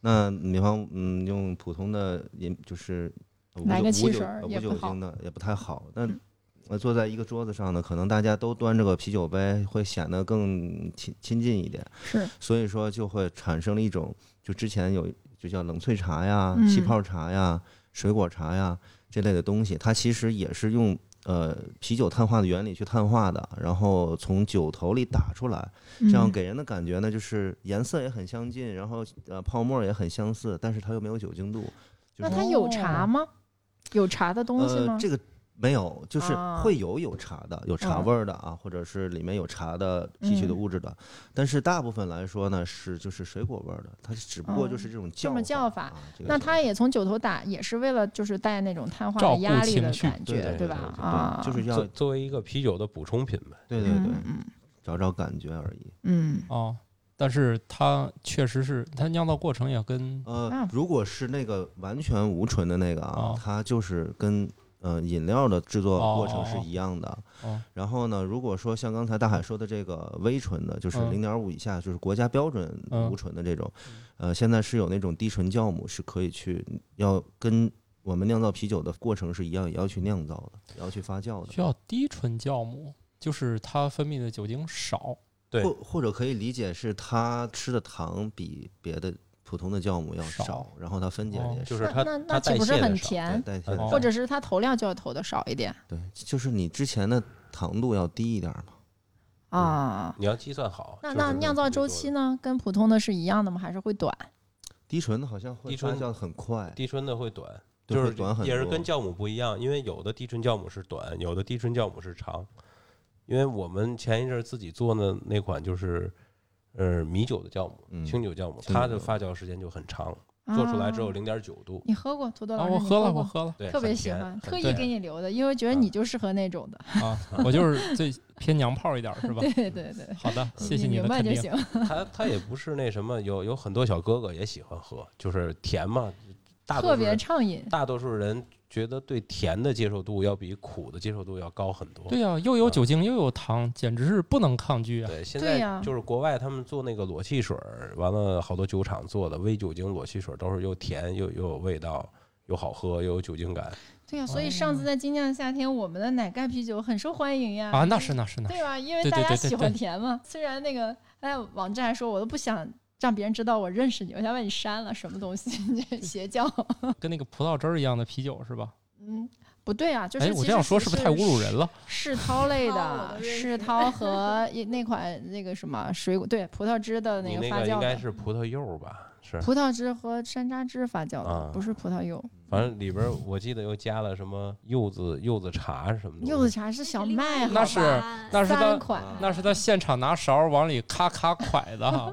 Speaker 4: 那比方嗯，用普通的饮就是无
Speaker 7: 来
Speaker 4: 酒
Speaker 7: 个
Speaker 4: 无
Speaker 7: 汽
Speaker 4: 酒
Speaker 7: 水儿
Speaker 4: 呃
Speaker 7: 也
Speaker 4: 无
Speaker 7: 不
Speaker 4: 酒
Speaker 7: 好嗯
Speaker 4: 精的也不太好。那呃坐在一个桌子上呢，可能大家都端着个啤酒杯，会显得更亲亲近一点。
Speaker 7: 是
Speaker 4: 所以说就会产生了一种，就之前有就叫冷萃茶呀、
Speaker 7: 嗯
Speaker 4: 气泡茶呀、水果茶呀这类的东西，它其实也是用呃啤酒碳化的原理去碳化的，然后从酒头里打出来，这
Speaker 2: 嗯
Speaker 4: 样给人的感觉呢，就是颜色也很相近，然后呃泡沫也很相似，但是它又没有酒精度。
Speaker 2: 那它有茶吗？
Speaker 7: 有茶的东西
Speaker 4: 呃
Speaker 7: 吗，？
Speaker 4: 这个没有，就是
Speaker 2: 啊
Speaker 4: 会有有茶的，有茶
Speaker 7: 嗯
Speaker 4: 味儿的啊，或者是里面有茶的提取的
Speaker 7: 嗯
Speaker 4: 物质的。但是大部分来说呢，是就是水果味儿的，它只不过
Speaker 7: 哦
Speaker 4: 就是这种叫
Speaker 2: 这么叫
Speaker 4: 法
Speaker 2: 法
Speaker 4: 啊。这个
Speaker 2: 那
Speaker 4: 叫
Speaker 2: 它
Speaker 4: 法
Speaker 2: 也从酒头打，也是为了就是带那种碳化
Speaker 1: 照
Speaker 2: 的
Speaker 1: 顾
Speaker 2: 压力的
Speaker 1: 情绪
Speaker 2: 感
Speaker 4: 对
Speaker 2: 觉，
Speaker 4: 对
Speaker 2: 吧？
Speaker 4: 对
Speaker 2: 啊，
Speaker 4: 就是要
Speaker 3: 作作为一个啤酒的补充品呗。
Speaker 4: 对对对
Speaker 2: 嗯，嗯
Speaker 4: 找找感觉而已。
Speaker 2: 嗯，
Speaker 1: 哦，但是它确实是它酿造过程也跟
Speaker 4: 呃
Speaker 2: 啊，
Speaker 4: 如果是那个完全无醇的那个啊
Speaker 1: 嗯哦，
Speaker 4: 它就是跟呃饮料的制作过程是一样的
Speaker 1: 哦。
Speaker 4: 然后呢，如果说像刚才大海说的这个微醇的，就是
Speaker 1: 嗯
Speaker 4: 零点五以下，就是国家标准
Speaker 1: 嗯
Speaker 4: 无醇的这种，呃，现在是有那种低醇酵母是可以去要跟我们酿造啤酒的过程是一样，也要去酿造的，也要去发酵的。
Speaker 1: 需要低醇酵母，就是它分泌的酒精少。
Speaker 3: 对
Speaker 4: 或或者可以理解是它吃的糖比别的普通的酵母要
Speaker 1: 少
Speaker 4: 少，然后它分解的也
Speaker 1: 哦
Speaker 4: 少
Speaker 3: 就是
Speaker 2: 那
Speaker 3: 它
Speaker 2: 那那
Speaker 3: 它
Speaker 2: 岂
Speaker 3: 代
Speaker 2: 不是
Speaker 3: 谢
Speaker 2: 很
Speaker 3: 的少，
Speaker 2: 甜？
Speaker 4: 代谢的
Speaker 1: 哦
Speaker 2: 或者是它投料就要投的少一点
Speaker 4: 对，就是你之前的糖度要低一点嘛。
Speaker 2: 啊？
Speaker 3: 你要计算好。
Speaker 2: 那
Speaker 3: 就是
Speaker 2: 那
Speaker 3: 说
Speaker 2: 酿造周期呢，跟普通的是一样的吗？还是会短？
Speaker 4: 低醇的好像会
Speaker 3: 低
Speaker 4: 发
Speaker 3: 醇
Speaker 4: 酵得很快，
Speaker 3: 低醇的会短，
Speaker 4: 对
Speaker 3: 就
Speaker 4: 会
Speaker 3: 是
Speaker 4: 短很多。
Speaker 3: 也是跟酵母不一样，因为有的低醇酵母是短，有的低醇酵母是长。因为我们前一阵儿自己做的那款就是，呃，米酒的酵母，
Speaker 4: 嗯
Speaker 3: 清酒酵母，
Speaker 4: 清酒
Speaker 3: 它
Speaker 4: 酵母
Speaker 3: 的发酵时间就很长，做出来只有
Speaker 2: 啊
Speaker 3: 零点九度，
Speaker 2: 你喝过土豆
Speaker 1: 啊，
Speaker 2: 老师？
Speaker 1: 我
Speaker 2: 你
Speaker 1: 喝了，
Speaker 2: 过
Speaker 1: 我喝了
Speaker 3: 对，
Speaker 2: 特别
Speaker 3: 很
Speaker 2: 喜
Speaker 3: 甜
Speaker 2: 欢，
Speaker 3: 很
Speaker 2: 特意
Speaker 1: 对
Speaker 2: 给你留的，因为觉得你就适合那种的。
Speaker 1: 啊，我就是 最偏娘炮一点儿是吧？
Speaker 2: 对对对，
Speaker 1: 好 的，谢谢
Speaker 2: 你
Speaker 1: 的
Speaker 2: 明白
Speaker 1: 肯
Speaker 2: 就
Speaker 1: 定。
Speaker 2: 行。
Speaker 3: 它它也不是那什么，有有很多小哥哥也喜欢喝，就是甜嘛，大多
Speaker 2: 特
Speaker 3: 数
Speaker 2: 别
Speaker 3: 人
Speaker 2: 畅饮。
Speaker 3: 大多数人觉得对甜的接受度要比苦的接受度要高很多。
Speaker 1: 对呀、又有酒精又有糖，简直是不能抗拒啊！
Speaker 3: 对，现
Speaker 2: 对呀
Speaker 3: 在就是国外他们做那个裸汽水儿，完了好多酒厂做的微酒精裸汽水儿都是又甜又又有味道，又好喝又有酒精感。
Speaker 2: 对呀、所以上次在精酿夏天，我们的奶盖啤酒很受欢迎呀。
Speaker 1: 啊，那是那是那是
Speaker 2: 对吧？因为
Speaker 1: 对
Speaker 2: 大
Speaker 1: 对
Speaker 2: 家
Speaker 1: 对对
Speaker 2: 喜欢
Speaker 1: 对
Speaker 2: 甜嘛。虽然那个哎，网站还说我都不想让别人知道我认识你，我想把你删了，什么东西？你这邪教？
Speaker 1: 跟那个葡萄汁儿一样的啤酒是吧？
Speaker 2: 嗯，不对啊，就是
Speaker 1: 哎，我这样说是不是太侮辱人
Speaker 2: 了？
Speaker 1: 了？
Speaker 2: 世涛类
Speaker 9: 世涛我
Speaker 2: 的，
Speaker 9: 都认识
Speaker 2: 世涛和一那款那个什么水果，对，葡萄汁的
Speaker 3: 你
Speaker 2: 个
Speaker 3: 那
Speaker 2: 发
Speaker 3: 个应
Speaker 2: 酵
Speaker 3: 该
Speaker 2: 的。
Speaker 3: 是葡萄柚儿吧？是，
Speaker 2: 葡萄汁和山楂汁发酵的，
Speaker 3: 啊
Speaker 2: 不是葡萄柚。
Speaker 3: 反正里边儿我记得又加了什么柚子柚子茶什么的。
Speaker 2: 柚子茶是小麦，好
Speaker 1: 那是
Speaker 9: 吧
Speaker 1: 那是
Speaker 2: 三
Speaker 1: 他
Speaker 2: 款。
Speaker 1: 那是他现场拿勺儿往里咔咔蒯的哈。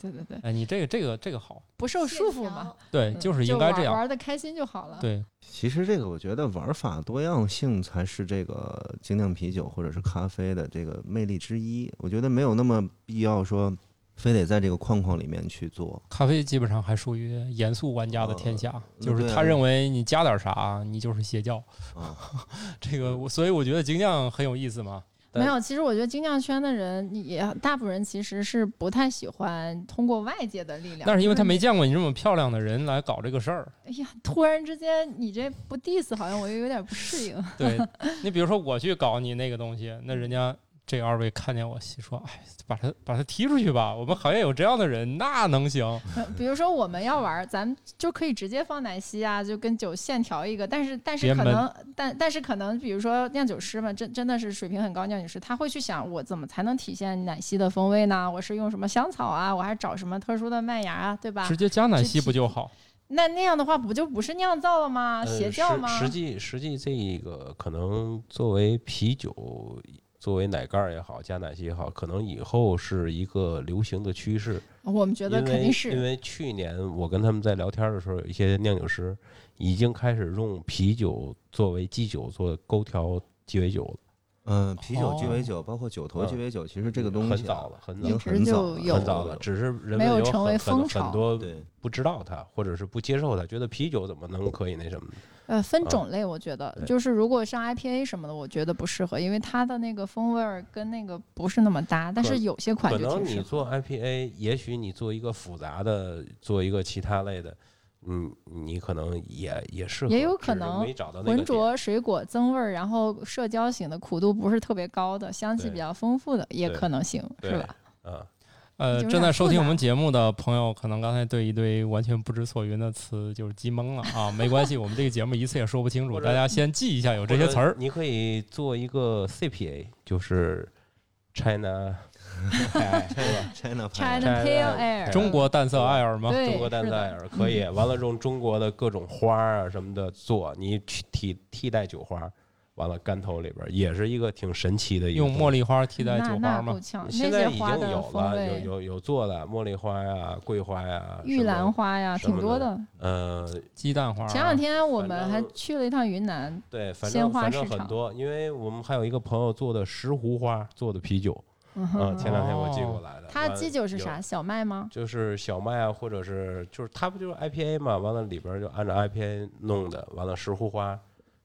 Speaker 2: 对对对，
Speaker 1: 哎，你这个这个这个好，
Speaker 2: 不受束缚嘛，
Speaker 1: 对，
Speaker 2: 嗯
Speaker 1: 就是应该
Speaker 2: 玩
Speaker 1: 这样。
Speaker 2: 玩的开心就好了。
Speaker 1: 对，
Speaker 4: 其实这个我觉得玩法多样性才是这个精酿啤酒或者是咖啡的这个魅力之一。我觉得没有那么必要说非得在这个框框里面去做。
Speaker 1: 咖啡基本上还属于严肃玩家的天下，就
Speaker 4: 呃对
Speaker 1: 是
Speaker 4: 啊
Speaker 1: 他认为你加点啥，你就是邪教。
Speaker 4: 啊
Speaker 1: 这个我，所以我觉得精酿很有意思嘛。
Speaker 2: 没
Speaker 3: 但
Speaker 2: 有，其实我觉得精酿圈的人也大部分人其实是不太喜欢通过外界的力量，
Speaker 1: 但是因为他没
Speaker 2: 就
Speaker 1: 见过你这么漂亮的人来搞这个事儿，
Speaker 2: 你，哎呀，突然之间你这不 diss，好像我又有点不适应。
Speaker 1: 对你比如说我去搞你那个东西，那人家这二位看见我，心说，哎，把他把他踢出去吧，我们行业有这样的人，那能行？
Speaker 2: 呃比如说我们要玩，咱们就可以直接放奶昔啊，就跟酒现调一个，但是但是
Speaker 1: 别
Speaker 2: 可
Speaker 1: 闷
Speaker 2: 能但但是可能，比如说酿酒师们真真的是水平很高，酿酒师他会去想我怎么才能体现奶昔的风味呢？我是用什么香草啊？我还找什么特殊的麦芽啊？对吧
Speaker 1: 直？接加奶
Speaker 2: 这
Speaker 1: 昔不
Speaker 2: 提
Speaker 1: 就好？
Speaker 2: 那那样的话不就不是酿造了吗？邪教吗？
Speaker 3: 呃、实实际实际这一个可能作为啤酒。作为奶盖儿也好，加奶昔也好，可能以后是一个流行的趋势。
Speaker 2: 我们觉得
Speaker 3: 因
Speaker 2: 肯
Speaker 3: 为
Speaker 2: 定是
Speaker 3: 因为去年我跟他们在聊天的时候，有一些酿酒师已经开始用啤酒作为基酒做勾调鸡尾酒了。
Speaker 4: 嗯，啤酒
Speaker 1: 哦
Speaker 4: 鸡尾酒，包括酒头鸡
Speaker 3: 嗯
Speaker 4: 尾酒，其实这个东西啊
Speaker 3: 很早了，很
Speaker 4: 已
Speaker 7: 一
Speaker 3: 早了。
Speaker 4: 经
Speaker 7: 直
Speaker 4: 很早
Speaker 7: 就
Speaker 4: 了
Speaker 7: 有嗯
Speaker 3: 很早了，只是
Speaker 7: 没
Speaker 3: 人们
Speaker 7: 有
Speaker 3: 有
Speaker 7: 成为
Speaker 3: 很
Speaker 7: 风
Speaker 3: 很
Speaker 7: 潮
Speaker 3: 很多
Speaker 4: 对，
Speaker 3: 不知道它，或者是不接受它，觉得啤酒怎么能可以那什么呢？
Speaker 7: 呃，分
Speaker 3: 啊
Speaker 7: 种类，我觉得
Speaker 3: 对
Speaker 7: 就是如果像 IPA 什么的，我觉得不适合，因为它的那个风味儿跟那个不是那么搭。但
Speaker 3: 可
Speaker 7: 是有些款
Speaker 3: 可
Speaker 7: 就
Speaker 3: 能
Speaker 7: 挺适
Speaker 3: 你
Speaker 7: 合。
Speaker 3: 做 IPA，也许你做一个复杂的，做一个其他类的，嗯，你可能也也适合，
Speaker 7: 也有
Speaker 3: 只
Speaker 7: 可
Speaker 3: 是
Speaker 7: 能
Speaker 3: 没找到那个
Speaker 7: 浑
Speaker 3: 点
Speaker 7: 浊水果增味儿，然后社交型的苦度不是特别高的，香气
Speaker 3: 对
Speaker 7: 比较丰富的也
Speaker 3: 对
Speaker 7: 可能行，是
Speaker 3: 对
Speaker 7: 吧？
Speaker 3: 啊，
Speaker 1: 呃，
Speaker 7: 有
Speaker 1: 正
Speaker 7: 点
Speaker 1: 在收
Speaker 7: 复
Speaker 1: 听我
Speaker 7: 杂
Speaker 1: 们节目的朋友，可能刚才对一堆完全不知所云的词就是记懵了 啊，没关系，我们这个节目一次也说不清楚，
Speaker 3: 或
Speaker 1: 大
Speaker 3: 者
Speaker 1: 家先记一下有这
Speaker 3: 或
Speaker 1: 些
Speaker 3: 者
Speaker 1: 词儿。
Speaker 3: 你可以做一个 CPA，就是 China，哎是吧
Speaker 4: China Pie
Speaker 7: China Pale
Speaker 3: China-
Speaker 7: Ale，
Speaker 1: 中国淡色艾尔吗？
Speaker 7: 对
Speaker 3: 中国蛋
Speaker 7: 是
Speaker 3: 蛋
Speaker 7: 的嗯
Speaker 3: 儿可以，完了用中国的各种花儿啊什么的做，你去替替代酒花儿，完了干头里边儿也是一个挺神奇的一个
Speaker 1: 用
Speaker 3: 东
Speaker 1: 茉
Speaker 3: 西。
Speaker 1: 莉花替代
Speaker 7: 那
Speaker 1: 酒
Speaker 7: 那
Speaker 1: 花
Speaker 7: 够
Speaker 1: 吗？
Speaker 7: 呛，那
Speaker 3: 现在
Speaker 7: 些
Speaker 3: 已经
Speaker 7: 花的
Speaker 3: 有
Speaker 7: 风
Speaker 3: 了，有
Speaker 7: 味，
Speaker 3: 有有做的茉莉花呀、桂花呀、
Speaker 7: 玉
Speaker 3: 什么
Speaker 7: 兰，花呀，
Speaker 3: 什
Speaker 7: 挺
Speaker 3: 么
Speaker 7: 多
Speaker 3: 的
Speaker 7: 的。
Speaker 3: 呃，
Speaker 1: 鸡蛋花啊。
Speaker 7: 前两天我
Speaker 3: 反
Speaker 7: 们还
Speaker 3: 正
Speaker 7: 去了一趟云南，
Speaker 3: 对，反
Speaker 7: 鲜
Speaker 3: 正
Speaker 7: 花
Speaker 3: 反
Speaker 7: 市
Speaker 3: 正很
Speaker 7: 场
Speaker 3: 多，因为我们还有一个朋友做的石斛花做的啤酒，
Speaker 7: 嗯
Speaker 3: 啊，前
Speaker 7: 哼，
Speaker 3: 两天我寄
Speaker 1: 哦
Speaker 3: 过来的。
Speaker 7: 它
Speaker 3: 完了
Speaker 7: 基酒是啥？？
Speaker 3: 呃有
Speaker 7: 小麦吗？
Speaker 3: 就是小麦啊，或者是就是它不就是 IPA 嘛？完了里边就按照 IPA 弄的，完了石斛花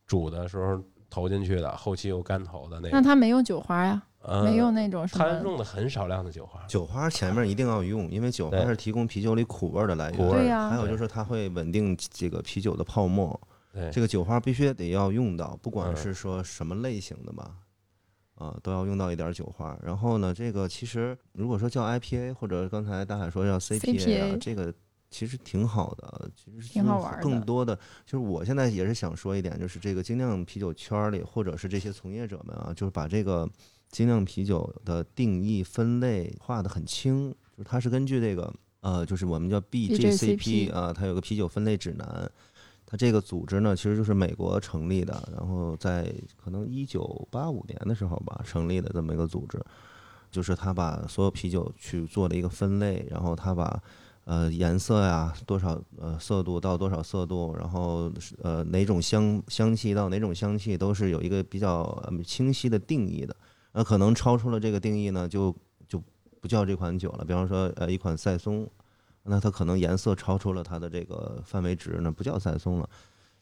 Speaker 3: 煮的时候投进去的，后期又干投的那
Speaker 7: 那
Speaker 3: 个。
Speaker 7: 它没用酒花呀，
Speaker 3: 呃
Speaker 7: 没有那种什
Speaker 3: 它
Speaker 7: 么。
Speaker 3: 用的很少量的酒花，
Speaker 4: 酒花前面一定要用，因为酒花
Speaker 3: 对
Speaker 4: 是提供啤酒里苦味儿的来
Speaker 3: 苦味
Speaker 4: 源。
Speaker 3: 儿
Speaker 7: 对呀
Speaker 4: 还有就是它会稳定这个啤酒的泡沫，
Speaker 3: 对
Speaker 4: 这个酒花必须得要用到，不管
Speaker 3: 嗯
Speaker 4: 是说什么类型的吧，啊、都要用到一点儿酒花。然后呢，这个其实如果说叫 IPA 或者刚才大海说叫 CPA 啊
Speaker 7: CPA
Speaker 4: 这个其实挺好的，其实
Speaker 7: 挺
Speaker 4: 就是
Speaker 7: 好玩儿
Speaker 4: 更
Speaker 7: 的
Speaker 4: 多的就是我现在也是想说一点，就是这个精酿啤酒圈儿里，或者是这些从业者们啊，就是把这个精酿啤酒的定义分类划得很清，就是它是根据这个呃，就是我们叫 BJCP 啊、它有个啤酒分类指南。它这个组织呢，其实就是美国成立的，然后在可能一九八五年的时候吧成立的这么一个组织，就是它把所有啤酒去做了一个分类，然后它把呃颜色呀、多少呃色度到多少色度，然后是呃哪种香香气到哪种香气都是有一个比较、嗯清晰的定义的。那、呃可能超出了这个定义呢，就就不叫这款酒了。比方说呃一款赛松，那它可能颜色超出了它的这个范围值，那不叫赛松了。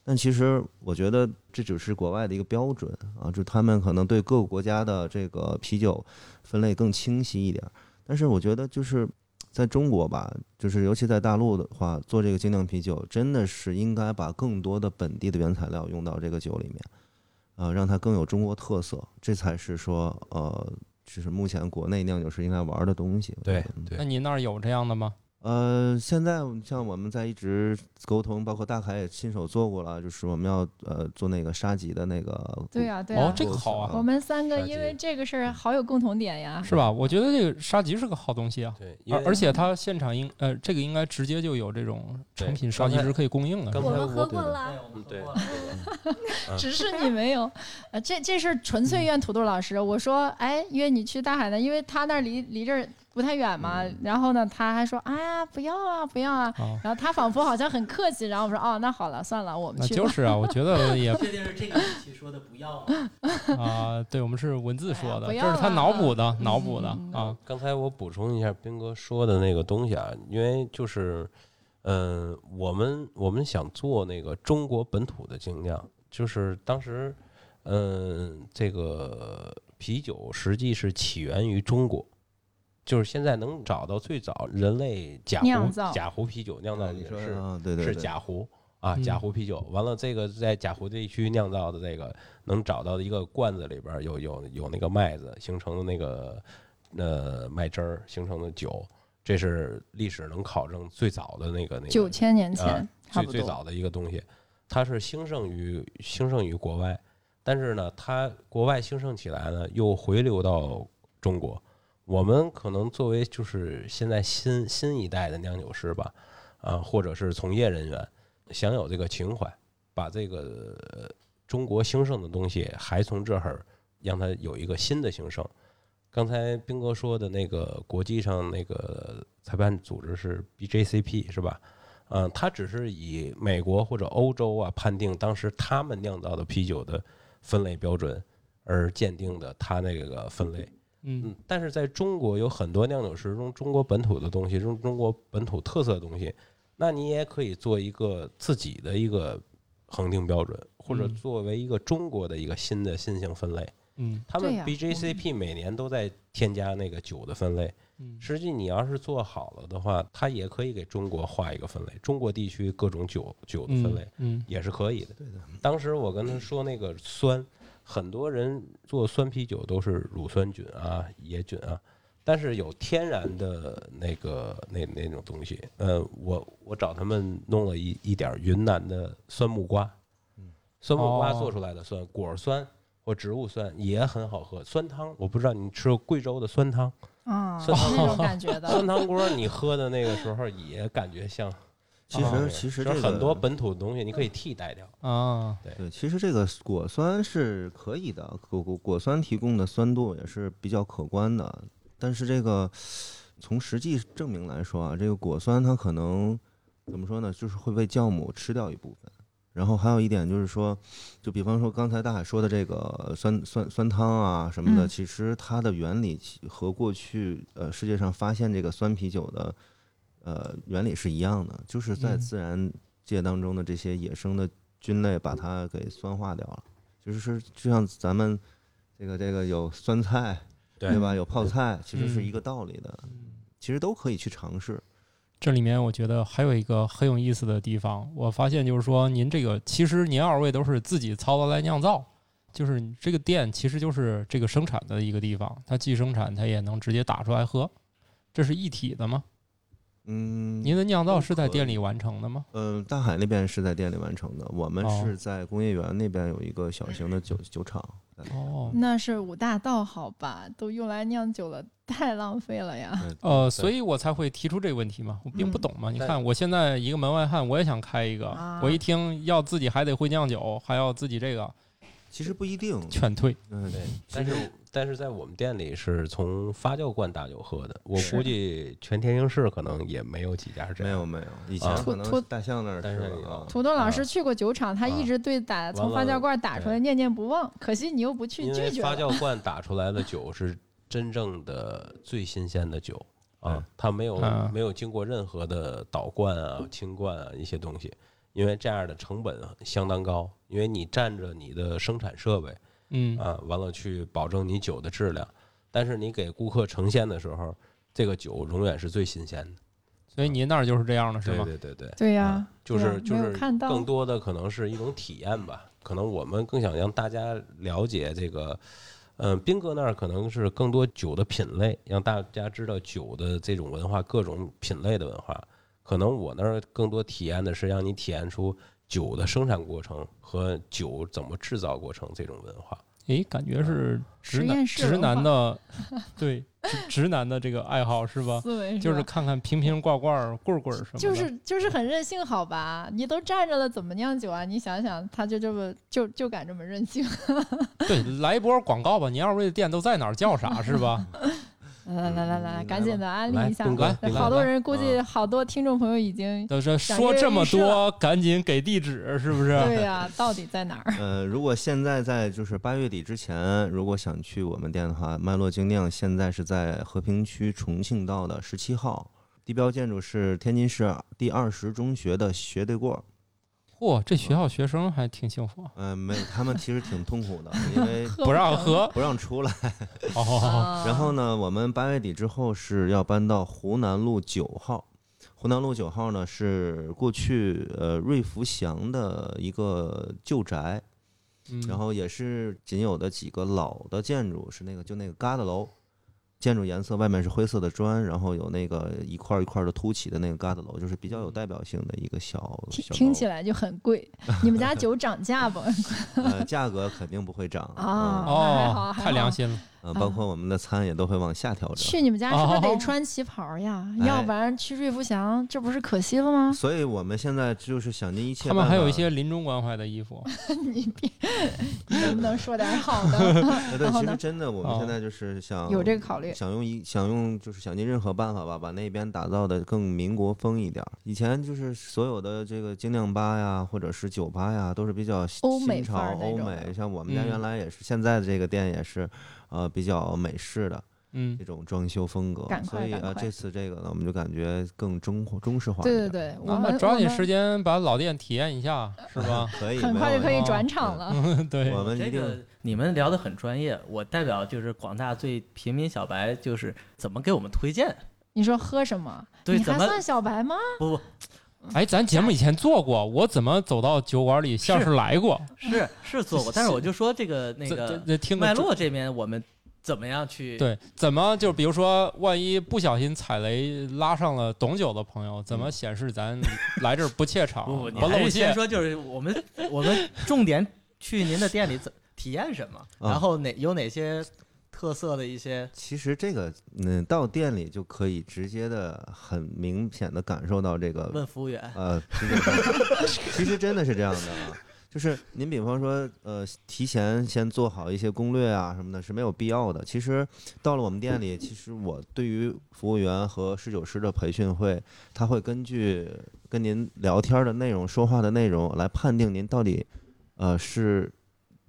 Speaker 4: 但其实我觉得这只是国外的一个标准啊，就他们可能对各个国家的这个啤酒分类更清晰一点儿。但是我觉得就是在中国吧，就是尤其在大陆的话，做这个精酿啤酒真的是应该把更多的本地的原材料用到这个酒里面，呃，让它更有中国特色，这才是说呃，就是目前国内酿酒师应该玩的东西。我觉得，
Speaker 1: 那您那儿有这样的吗？
Speaker 4: 呃，现在像我们在一直沟通，包括大凯也亲手做过了，就是我们要呃做那个沙棘的那个，
Speaker 7: 对，呀，对
Speaker 1: 哦
Speaker 7: 呀，，
Speaker 1: 这个好啊，
Speaker 7: 我们三个
Speaker 4: 杀鸡
Speaker 7: 因为这个事儿好有共同点呀。
Speaker 1: 是吧？我觉得这个沙棘是个好东西啊，
Speaker 3: 对，因
Speaker 1: 而
Speaker 3: 为
Speaker 1: 而且它现场应呃，这个应该直接就有这种成
Speaker 3: 对
Speaker 1: 品烧鸡
Speaker 3: 刚才
Speaker 1: 汁可以供应了，是
Speaker 3: 刚
Speaker 1: 吧
Speaker 9: 我
Speaker 3: 才
Speaker 9: 们喝
Speaker 3: 我
Speaker 4: 对
Speaker 9: 过
Speaker 4: 的
Speaker 9: 了，
Speaker 5: 我们
Speaker 3: 对
Speaker 5: 喝过了。
Speaker 3: 嗯
Speaker 7: 只是你没有，呃，这这事儿纯粹怨土豆老师。我说，哎，约你去大海南，因为他那儿离离这儿不太远嘛。
Speaker 3: 嗯
Speaker 7: 然后呢，他还说，哎呀，不要啊，不要啊。
Speaker 3: 哦
Speaker 1: 啊，
Speaker 7: 然后他仿佛好像很客气，然后我说，哦，那好了，算了，我们
Speaker 1: 那
Speaker 7: 去
Speaker 1: 就
Speaker 7: 吧。
Speaker 1: 是啊，我觉得 也
Speaker 5: 确定是这个语气说的不要吗？
Speaker 1: 啊，对我们是文字说的，
Speaker 7: 哎呀不
Speaker 1: 这
Speaker 7: 要
Speaker 1: 是他
Speaker 7: 了
Speaker 1: 脑补的，脑补的
Speaker 7: 嗯
Speaker 1: 啊。
Speaker 3: 刚才我补充一下斌哥说的那个东西啊，因为就是，嗯、我们我们想做那个中国本土的精酿，就是当时，嗯、这个啤酒实际是起源于中国，就是现在能找到最早人类假
Speaker 7: 酿
Speaker 3: 壶
Speaker 7: 造
Speaker 3: 假壶啤酒酿造
Speaker 4: 啊，
Speaker 3: 的
Speaker 4: 你说
Speaker 3: 是
Speaker 4: 啊，对对
Speaker 3: 是
Speaker 4: 对，
Speaker 3: 贾湖啊，
Speaker 1: 嗯
Speaker 3: 贾湖啤酒。完了，这个在贾湖地区酿造的这个能找到的一个罐子里边儿有有有那个麦子形成的那个呃麦汁儿形成的酒，这是历史能考证最早的那个那
Speaker 7: 九
Speaker 3: 个
Speaker 7: 千年前、
Speaker 3: 啊
Speaker 7: 差
Speaker 3: 最
Speaker 7: 不
Speaker 3: 最
Speaker 7: 多。
Speaker 3: 早的一个东西，它是兴盛于兴盛于国外，但是呢，它国外兴盛起来呢，又回流到中国。我们可能作为就是现在新新一代的酿酒师吧，啊，或者是从业人员，享有这个情怀，把这个呃中国兴盛的东西还从这儿让它有一个新的兴盛。刚才斌哥说的那个国际上那个裁判组织是 BJCP 是吧？嗯，它只是以美国或者欧洲啊判定当时他们酿造的啤酒的分类标准，而鉴定的它那个分类。
Speaker 1: 嗯
Speaker 3: 嗯，但是在中国有很多酿酒师用中国本土的东西，用中国本土特色的东西，那你也可以做一个自己的一个恒定标准，或者
Speaker 1: 嗯
Speaker 3: 作为一个中国的一个新的新型分类。
Speaker 1: 嗯
Speaker 3: 他们
Speaker 7: 对呀嗯我们
Speaker 3: BJCP 每年都在添加那个酒的分类，
Speaker 1: 嗯
Speaker 3: 实际你要是做好了的话，它也可以给中国画一个分类，中国地区各种酒酒的分类。
Speaker 1: 嗯
Speaker 3: 也是可以的。当时我跟他说那个酸，很多人做酸啤酒都是乳酸菌啊、野菌啊，但是有天然的那个那那种东西。呃，我我找他们弄了一一点儿云南的酸木瓜，酸木瓜
Speaker 1: 哦
Speaker 3: 做出来的酸、果酸。或植物酸也很好喝，酸汤我不知道你吃过贵州的酸汤，
Speaker 7: 啊，
Speaker 3: 算是
Speaker 7: 那种感觉的，
Speaker 3: 酸汤锅你喝的那个时候也感觉像啊
Speaker 4: 其
Speaker 3: 那个，
Speaker 4: 实其实
Speaker 3: 就
Speaker 4: 这
Speaker 3: 是
Speaker 4: 个
Speaker 3: 很多本土的东西你可以替代掉。
Speaker 1: 啊，
Speaker 4: 对，其实这个果酸是可以的，果果果酸提供的酸度也是比较可观的。但是这个从实际证明来说啊，这个果酸它可能怎么说呢，就是会被酵母吃掉一部分。然后还有一点就是说，就比方说刚才大海说的这个酸酸酸汤啊什么的，
Speaker 7: 嗯
Speaker 4: 其实它的原理其和过去呃世界上发现这个酸啤酒的呃原理是一样的，就是在
Speaker 1: 嗯
Speaker 4: 自然界当中的这些野生的菌类把它给酸化掉了，就是是就像咱们这个这个有酸菜
Speaker 3: 对嗯
Speaker 4: 吧？有泡菜，其实是
Speaker 1: 嗯
Speaker 4: 一个道理的，其实都可以去尝试。
Speaker 1: 这里面我觉得还有一个很有意思的地方，我发现就是说，您这个其实您二位都是自己操刀来酿造，就是你这个店其实就是这个生产的一个地方，它既生产它也能直接打出来喝，这是一体的吗？
Speaker 4: 嗯，
Speaker 1: 您的酿造是在
Speaker 4: 都可以
Speaker 1: 店里完成的吗？
Speaker 4: 呃，大海那边是在店里完成的，我们
Speaker 1: 哦
Speaker 4: 是在工业园那边有一个小型的酒酒厂。
Speaker 1: 哦，
Speaker 7: 那是五大道好吧？都用来酿酒了，太浪费了呀。
Speaker 1: 呃，所以我才会提出这个问题嘛，我并不懂嘛。你
Speaker 3: 但
Speaker 1: 看，我现在一个门外汉，我也想开一个，
Speaker 7: 啊
Speaker 1: 我一听要自己还得会酿酒，还要自己这个，
Speaker 4: 其实不一定，
Speaker 1: 劝退。
Speaker 4: 嗯，
Speaker 3: 对，但是我但是在我们店里是从发酵罐打酒喝的，我估计全天津市可能也没有几家是这
Speaker 4: 没
Speaker 3: 样。
Speaker 4: 有没有，以前
Speaker 3: 啊
Speaker 4: 可能
Speaker 7: 托
Speaker 4: 是大象那儿
Speaker 3: 但
Speaker 4: 吃
Speaker 3: 是
Speaker 4: 了啊。
Speaker 7: 土豆老师去过酒厂，他
Speaker 3: 啊
Speaker 7: 一直对打从
Speaker 3: 完
Speaker 7: 发
Speaker 3: 了
Speaker 7: 酵罐打出来
Speaker 3: 对
Speaker 7: 念念不忘，可惜你又不去
Speaker 3: 因为
Speaker 7: 拒绝
Speaker 3: 发
Speaker 7: 了。
Speaker 3: 酵罐打出来的酒是真正的最新鲜的酒啊
Speaker 4: 对，
Speaker 3: 它没有
Speaker 1: 啊
Speaker 3: 没有经过任何的倒灌啊、清灌啊一些东西，因为这样的成本相当高，因为你占着你的生产设备，
Speaker 1: 嗯
Speaker 3: 啊，完了去保证你酒的质量，但是你给顾客呈现的时候，这个酒永远是最新鲜的，
Speaker 1: 所以您那儿就是这样的，是
Speaker 3: 对
Speaker 1: 吗？
Speaker 3: 对对对，
Speaker 7: 对呀、
Speaker 3: 啊就
Speaker 7: 对呀
Speaker 3: 是就
Speaker 7: 没有
Speaker 3: 是
Speaker 7: 看到
Speaker 3: 更多的可能是一种体验吧，可能我们更想让大家了解这个。嗯，斌哥那儿可能是更多酒的品类，让大家知道酒的这种文化，各种品类的文化。可能我那儿更多体验的是让你体验出酒的生产过程和酒怎么制造过程这种文化。
Speaker 1: 诶，感觉是
Speaker 4: 啊
Speaker 1: 直
Speaker 7: 实
Speaker 1: 男
Speaker 7: 验室
Speaker 1: 直
Speaker 7: 文化
Speaker 1: 男的，对直直男的这个爱好是吧？
Speaker 7: 思维
Speaker 1: 就是
Speaker 7: 吧
Speaker 1: 看看瓶瓶罐罐儿、棍儿棍儿什么的。
Speaker 7: 就是就是很任性，好吧？你都站着了，怎么酿酒啊？你想想，他就这么就就敢这么任性。
Speaker 1: 对，来一波广告吧。您二位的店都在哪儿叫啥 是吧？
Speaker 7: 来来来来来，
Speaker 4: 嗯
Speaker 7: 赶紧的安利
Speaker 3: 来
Speaker 7: 一下
Speaker 3: 东哥
Speaker 7: 吧，
Speaker 3: 来
Speaker 7: 好多
Speaker 1: 来
Speaker 7: 人估计好多听众朋友已 经
Speaker 1: 都是
Speaker 7: 想
Speaker 1: 说
Speaker 7: 约
Speaker 1: 这么
Speaker 7: 人设嗯
Speaker 1: 多，赶紧给地址是不是？
Speaker 7: 对呀、到底在哪儿？
Speaker 4: 呃，如果现在在就是八月底之前，如果想去我们店的话，麦洛精酿现在是在和平区重庆道的十七号，地标建筑是天津市第二十中学的斜对过儿。
Speaker 1: 嚯、这学校学生还挺幸福啊，
Speaker 4: 嗯、没，他们其实挺痛苦的，因为
Speaker 1: 不让喝。
Speaker 4: 不让出来。
Speaker 1: 哦，
Speaker 7: 啊
Speaker 4: 然后呢，我们八月底之后是要搬到湖南路九号。湖南路九号呢是过去呃瑞福祥的一个旧宅，
Speaker 1: 嗯
Speaker 4: 然后也是仅有的几个老的建筑，是那个就那个疙瘩楼，建筑颜色外面是灰色的砖，然后有那个一块儿一块儿的凸起的那个疙瘩楼，就是比较有代表性的一个小
Speaker 7: 听
Speaker 4: 小
Speaker 7: 听
Speaker 4: 楼
Speaker 7: 起来就很贵，你们家酒涨价不？
Speaker 4: 呃，价格肯定不会涨
Speaker 7: 啊
Speaker 4: 嗯
Speaker 1: 哦
Speaker 7: 还好还好
Speaker 1: 太良心了。
Speaker 4: 呃，包括我们的餐也都会往下调整。
Speaker 2: 去你们家是不是
Speaker 1: 哦
Speaker 2: 得穿旗袍呀？
Speaker 4: 哎
Speaker 2: 要不然去瑞福祥，这不是可惜了 吗？
Speaker 4: 所以我们现在就是想尽一切
Speaker 1: 他
Speaker 4: 办法。
Speaker 1: 们还有一些临终关怀的衣服，
Speaker 2: 你别，你能不能说点好 的？
Speaker 4: 呃对，
Speaker 2: 然后
Speaker 4: 其
Speaker 2: 呢
Speaker 4: 实真的我
Speaker 1: 哦
Speaker 4: 们现在就是想
Speaker 7: 有这个 考虑。
Speaker 4: 想用一想用就是想尽任何办法吧，把那边打造的更民国风一点儿。以前就是所有的这个精酿吧呀，或者是酒吧呀，都是比较新
Speaker 2: 欧美
Speaker 4: 新潮
Speaker 2: 范儿那
Speaker 4: 欧
Speaker 2: 种
Speaker 4: 美，像我们家
Speaker 1: 嗯
Speaker 4: 原来也是，现在的这个店也是，呃，比较美式的
Speaker 1: 嗯
Speaker 4: 这，种装修风格
Speaker 2: 赶。
Speaker 4: 所
Speaker 2: 快
Speaker 4: 以
Speaker 2: 赶
Speaker 4: 呃，
Speaker 2: 快
Speaker 4: 这次这个呢，我们就感觉更中中式化一
Speaker 2: 对
Speaker 4: 点
Speaker 2: 对
Speaker 4: 儿。
Speaker 2: 对，我
Speaker 1: 那么
Speaker 2: 们
Speaker 1: 啊抓紧
Speaker 2: 我们
Speaker 1: 时间把老店体验一下，是 吧？
Speaker 4: 可以，
Speaker 2: 很
Speaker 4: 没
Speaker 2: 快
Speaker 4: 有
Speaker 2: 就可以
Speaker 1: 哦
Speaker 2: 转场了。
Speaker 1: 嗯对，
Speaker 4: 我们
Speaker 5: 这
Speaker 4: 一
Speaker 5: 个
Speaker 4: 定
Speaker 5: 你们聊得很专业，我代表就是广大最平民小白，就是怎么给我们推 荐？
Speaker 2: 你说喝什么？
Speaker 5: 对
Speaker 2: 你
Speaker 5: 怎
Speaker 2: 还
Speaker 5: 么
Speaker 2: 算小白吗？
Speaker 5: 不不
Speaker 1: 哎，咱节目以前做过，我怎么走到酒馆里像
Speaker 5: 是
Speaker 1: 是来过？
Speaker 5: 是是 做过，但是我就说这个那
Speaker 1: 这
Speaker 5: 个
Speaker 1: 这这听个
Speaker 5: 脉
Speaker 1: 这
Speaker 5: 络这边我们怎么样去？
Speaker 1: 对，怎么就比如说，万一不小心踩雷拉上了懂酒的朋友，怎么显示咱来这儿哦不怯场、
Speaker 5: 嗯 不不，你还
Speaker 1: 露
Speaker 5: 是先
Speaker 1: 怯？
Speaker 5: 说，就是我们我们重点去您的店里怎体验什么，
Speaker 1: 嗯
Speaker 4: 啊
Speaker 5: 然后哪有哪些特色的一些
Speaker 4: 其实这个，嗯，到店里就可以直接的、很明显的感受到这个
Speaker 5: 问服 务员。
Speaker 4: 呃，这个其实真的 是这样的啊，就是您比方说，呃，提前先做好一些攻略啊什么的，是没有必要的。其实到了我们店里，其实我对于服务员和侍酒师的培训会，他会根据跟您聊天的内容、说话的内容来判定您到底，呃，是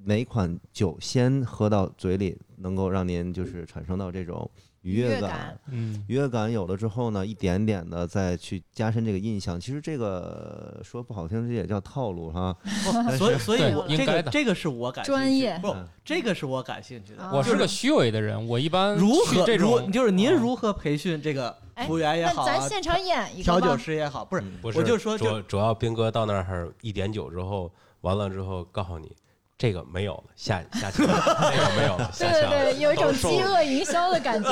Speaker 4: 哪款酒先喝到嘴里，能够让您就是产生到这种愉
Speaker 7: 愉
Speaker 4: 悦
Speaker 7: 悦
Speaker 4: 感
Speaker 7: 感。
Speaker 1: 嗯，
Speaker 4: 愉悦感有了之后呢，一点点的再去加深这个印象。其实这个说不好听，这也叫套路哈。
Speaker 5: 不所以所以
Speaker 1: 对
Speaker 5: 我
Speaker 1: 应
Speaker 5: 这
Speaker 1: 该
Speaker 5: 个
Speaker 1: 的
Speaker 5: 这个是我感兴趣
Speaker 2: 专业
Speaker 5: 不
Speaker 4: 嗯，
Speaker 5: 这个是我感兴趣的。
Speaker 2: 啊
Speaker 1: 我是个虚伪的人，我一般
Speaker 5: 如
Speaker 1: 嗯去
Speaker 5: 何
Speaker 1: 这
Speaker 5: 如
Speaker 1: 种嗯
Speaker 5: 就是您如何培训这个服务员也
Speaker 2: 哎那
Speaker 5: 好
Speaker 2: 咱
Speaker 5: 啊，
Speaker 2: 现场演一
Speaker 5: 调
Speaker 2: 个
Speaker 5: 酒
Speaker 2: 吧。
Speaker 5: 师也好，不是
Speaker 3: 不是，
Speaker 5: 我就说
Speaker 3: 主
Speaker 5: 就
Speaker 3: 主要斌哥到那儿一点酒之后，完了之后告诉你这个没有了，下下去，那个没 有了，
Speaker 2: 对
Speaker 3: 下
Speaker 2: 对
Speaker 3: 下了。
Speaker 2: 对，有一种
Speaker 3: 都受
Speaker 2: 饥饿营销的感觉。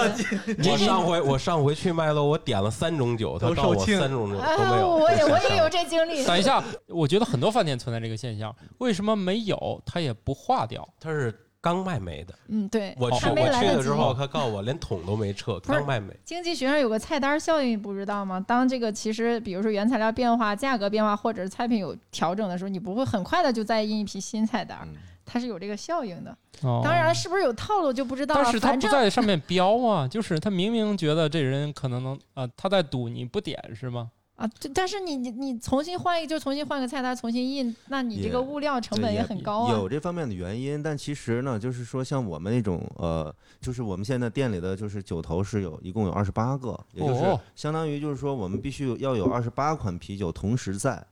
Speaker 3: 我 上回我上回去麦乐，我点了三种酒，他
Speaker 5: 都
Speaker 3: 告诉
Speaker 5: 售
Speaker 3: 我
Speaker 5: 罄
Speaker 3: 三种酒
Speaker 2: 哎
Speaker 3: 都没有。
Speaker 2: 我也我也有这经 历。
Speaker 1: 等一下，我觉得很多饭店存在这个现象，为什么没有它也不化掉？
Speaker 3: 他是刚卖没的，
Speaker 2: 嗯，对，
Speaker 3: 我去
Speaker 2: 还没
Speaker 3: 我
Speaker 2: 来
Speaker 3: 去
Speaker 2: 得
Speaker 3: 的时
Speaker 2: 及
Speaker 3: 候，他告诉我连桶都没撤，
Speaker 2: 不是
Speaker 3: 刚卖没。
Speaker 2: 经济学上有个菜单效应，你不知道吗？当这个其实，比如说原材料变化、价格变化，或者是菜品有调整的时候，你不会很快的就再印一批新菜单，
Speaker 4: 嗯
Speaker 2: 它是有这个效应的。
Speaker 1: 哦
Speaker 2: 当然，是不是有套路就不知道
Speaker 1: 但
Speaker 2: 了
Speaker 1: 是。他
Speaker 2: 反
Speaker 1: 不
Speaker 2: 正
Speaker 1: 在上面标啊，就是他明明觉得这人可能能啊、他在赌你不点是吗？
Speaker 2: 啊，就但是你你你重新换一个，就重新换个菜单，重新印，那你这
Speaker 4: 也
Speaker 2: 个物料成
Speaker 4: 对
Speaker 2: 本
Speaker 4: 也
Speaker 2: 很高啊
Speaker 4: 有。这方面的原因，但其实呢，就是说像我们那种呃，就是我们现在店里的就是酒头是有一共有二十八个，也就是
Speaker 1: 哦
Speaker 4: 相当于就是说我们必须要有二十八款啤酒同时在。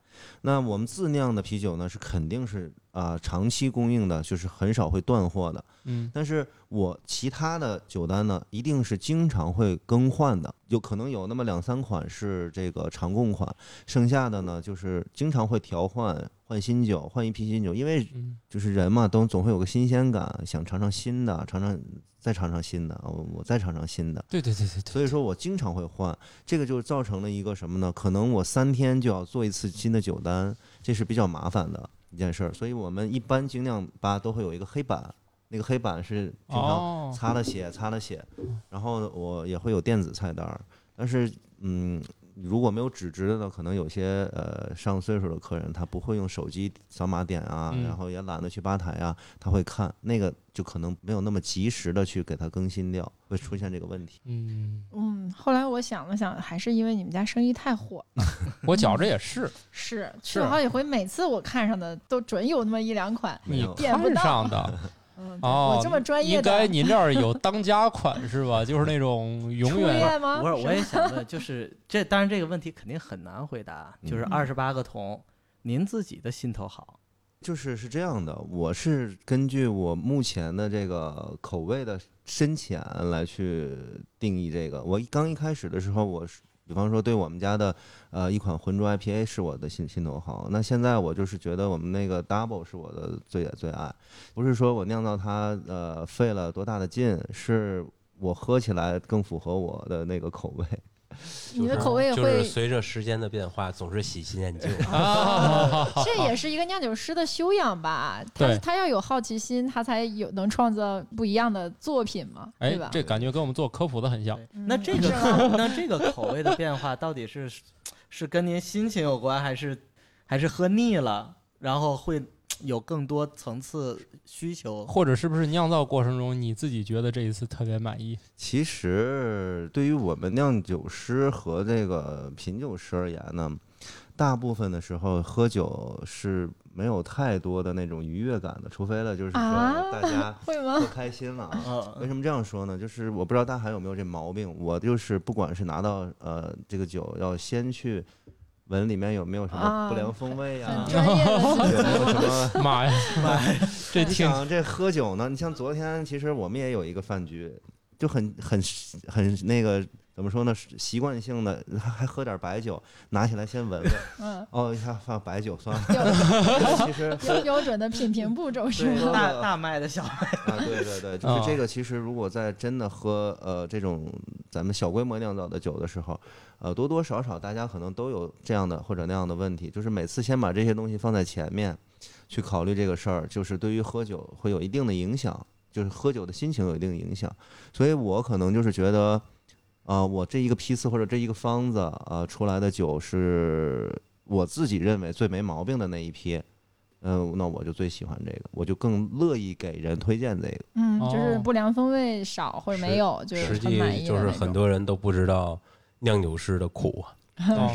Speaker 4: 那我们自酿的啤酒呢，是肯定是啊、长期供应的，就是很少会断货的。
Speaker 1: 嗯，
Speaker 4: 但是我其他的酒单呢，一定是经常会更换的，有可能有那么两三款是这个常供款，剩下的呢就是经常会调换，换新酒，换一批新酒，因为
Speaker 1: 嗯
Speaker 4: 就是人嘛，都总会有个新鲜感，想尝尝新的，尝尝再尝尝新的，我我再尝尝新的，
Speaker 1: 对对对对对，
Speaker 4: 所以说我经常会换，这个就造成了一个什么呢？可能我三天就要做一次新的酒单，这是比较麻烦的一件事儿。所以我们一般精酿吧都会有一个黑板，那个黑板是平常
Speaker 1: 哦，
Speaker 4: 擦了写，擦了写，然后我也会有电子菜单儿，但是嗯。如果没有纸质的呢，可能有些呃上岁数的客人他不会用手机扫码点啊，
Speaker 1: 嗯
Speaker 4: 然后也懒得去吧台啊，他会看那个就可能没有那么及时的去给他更新掉，会出现这个问题。
Speaker 1: 嗯，
Speaker 2: 嗯，后来我想了想，还是因为你们家生意太火了，
Speaker 1: 我觉着也是，
Speaker 2: 是去
Speaker 1: 是
Speaker 2: 了好几回，每次我看上的都准有那么一两款。
Speaker 4: 没
Speaker 1: 你
Speaker 4: 有
Speaker 2: 点不
Speaker 1: 看
Speaker 2: 到
Speaker 1: 上的。
Speaker 2: 嗯，对
Speaker 1: 哦，
Speaker 2: 我这么专业
Speaker 1: 应该
Speaker 2: 的
Speaker 1: 您这儿有当家款是吧？就是那种
Speaker 2: 初
Speaker 1: 永远
Speaker 2: 恋吗？
Speaker 5: 不是，我
Speaker 2: 吧
Speaker 5: 也想问， 就是这当然这个问题肯定很难回答，就是
Speaker 2: 嗯
Speaker 5: 二十八个桶，您自己的心头好，
Speaker 4: 就是是这样的，我是根据我目前的这个口味的深浅来去定义这个。我一刚一开始的时候，我是比方说对我们家的呃一款浑浊 IPA 是我的心心头好，那现在我就是觉得我们那个 Double 是我的最最爱，不是说我酿造它呃费了多大的劲，是我喝起来更符合我的那个口味。
Speaker 2: 你的口味
Speaker 3: 就
Speaker 2: 会
Speaker 3: 是随着时间的变化，总是喜新厌旧。
Speaker 1: 啊，
Speaker 2: 这也是一个酿酒师的修养吧？他
Speaker 1: 对
Speaker 2: 他要有好奇心，他才有能创造不一样的作品嘛，
Speaker 1: 哎
Speaker 2: 对吧，？
Speaker 1: 这感觉跟我们做科普的很像。
Speaker 5: 那
Speaker 2: 嗯
Speaker 5: 这个口那这个口味的变化到底是是跟您心情有关，还是还是喝腻了，然后会有更多层次需求？
Speaker 1: 或者是不是酿造过程中你自己觉得这一次特别满 意？
Speaker 4: 其实，对于我们酿酒师和这个品酒师而言呢，大部分的时候喝酒是没有太多的那种愉悦感的，除非了就是说
Speaker 2: 啊
Speaker 4: 大家
Speaker 2: 会吗
Speaker 4: 喝？开心了啊。为
Speaker 5: 嗯，
Speaker 4: 什么这样说呢？就是我不知道大海有没有这毛病，我就是不管是拿到呃这个酒，要先去闻里面有没有什么
Speaker 2: 啊
Speaker 4: 不良风味呀、
Speaker 2: 很专业的
Speaker 4: 有 没有什么
Speaker 1: 妈呀， 这
Speaker 4: 你
Speaker 1: 听
Speaker 4: 想这喝酒呢？你像昨天，其实我们也有一个饭局，就很很很那个怎么说呢？习惯性的还还喝点白酒，拿起来先闻闻。
Speaker 2: 嗯，
Speaker 4: 哦，一下放白酒算了。
Speaker 2: 有
Speaker 4: 其实
Speaker 2: 有标准的品评步骤是
Speaker 5: 对，
Speaker 2: 吗？
Speaker 5: 大大麦的小麦，
Speaker 4: 啊，对对对，就是这个。其实如果在真的喝呃这种咱们小规模酿造的酒的时候，呃多多少少大家可能都有这样的或者那样的问题，就是每次先把这些东西放在前面去考虑这个事儿，就是对于喝酒会有一定的影响，就是喝酒的心情有一定的影响。所以我可能就是觉得，呃，我这一个批次或者这一个方子呃出来的酒是我自己认为最没毛病的那一批。嗯，那我就最喜欢这个，我就更乐意给人推荐这个。
Speaker 2: 嗯，就是
Speaker 1: 哦
Speaker 2: 不良风味少或者没有，就
Speaker 3: 实
Speaker 2: 是很满
Speaker 3: 际
Speaker 2: 意
Speaker 3: 就
Speaker 2: 的
Speaker 3: 是
Speaker 2: 那
Speaker 3: 很
Speaker 2: 种，
Speaker 3: 多人都不知道酿酒师的苦啊。
Speaker 1: 哦
Speaker 2: 嗯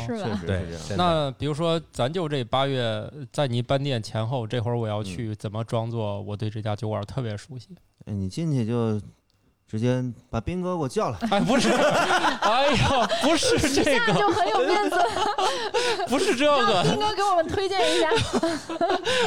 Speaker 2: 是
Speaker 4: 确
Speaker 2: 吧？
Speaker 4: 实
Speaker 3: 对
Speaker 4: 是这样。
Speaker 3: 真的
Speaker 1: 那比如说，咱就这八月在你搬店前后这会儿，我要去怎么装作我对这家酒馆特别熟悉？
Speaker 4: 哎，你进去就直接把斌哥给我叫来。
Speaker 1: 哎，不是， 哎呀，不是这个，
Speaker 2: 就很有面子，
Speaker 1: 不是这
Speaker 2: 让
Speaker 1: 个，
Speaker 2: 斌哥给我们推荐一下。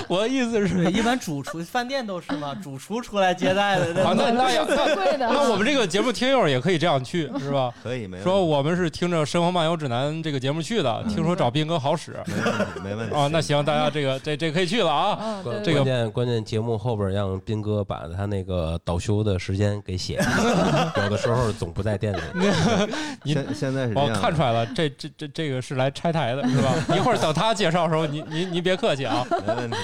Speaker 1: 我的意思是，
Speaker 5: 对，一般主厨饭店都是嘛，主厨出来接待 的，
Speaker 1: 啊，
Speaker 5: 那
Speaker 1: 那那 要那
Speaker 2: 最贵的，
Speaker 1: 那我们这个节目听友也可以这样去，是 吧？
Speaker 4: 可以，没问题
Speaker 1: 说我们是听着《生活漫游指南》这个节目去的，听说找斌哥好使
Speaker 4: 没问题，没问题。
Speaker 1: 啊，那行，大家这个这这可以去了啊。
Speaker 2: 嗯，对，
Speaker 1: 这个
Speaker 3: 呃关键关键节目后边让斌哥把他那个倒休的时间给写， 有的时候总不在店里。
Speaker 1: 你
Speaker 4: 现现在是这
Speaker 1: 我
Speaker 4: 样的，
Speaker 1: 哦看出来了，这这这这个是来拆台的， 是吧？一会儿等他介绍的时候，您您您别客气啊
Speaker 4: 没问题。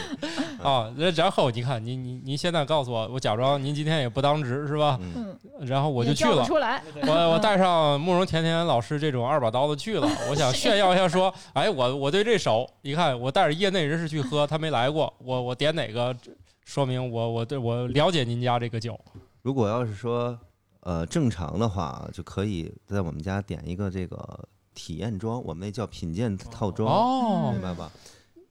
Speaker 1: 啊！那然后你看，您您您现在告诉我，我假装您今天也不当值是吧？
Speaker 4: 嗯，
Speaker 1: 然后我就
Speaker 2: 也
Speaker 1: 去
Speaker 2: 叫不
Speaker 1: 了，
Speaker 2: 出来，
Speaker 1: 我
Speaker 2: 嗯
Speaker 1: 我带上慕容甜甜老师这种二把刀子去了，我 想炫耀一下，说，哎，我我对这手，你看我带着业内人士去喝，他没来过，我我点哪个，这说明我我对我了解您家这个酒。
Speaker 4: 如果要是说呃正常的话，啊就可以在我们家点一个这个体验装，我们那叫品鉴套装，
Speaker 1: 哦
Speaker 4: 明白吧？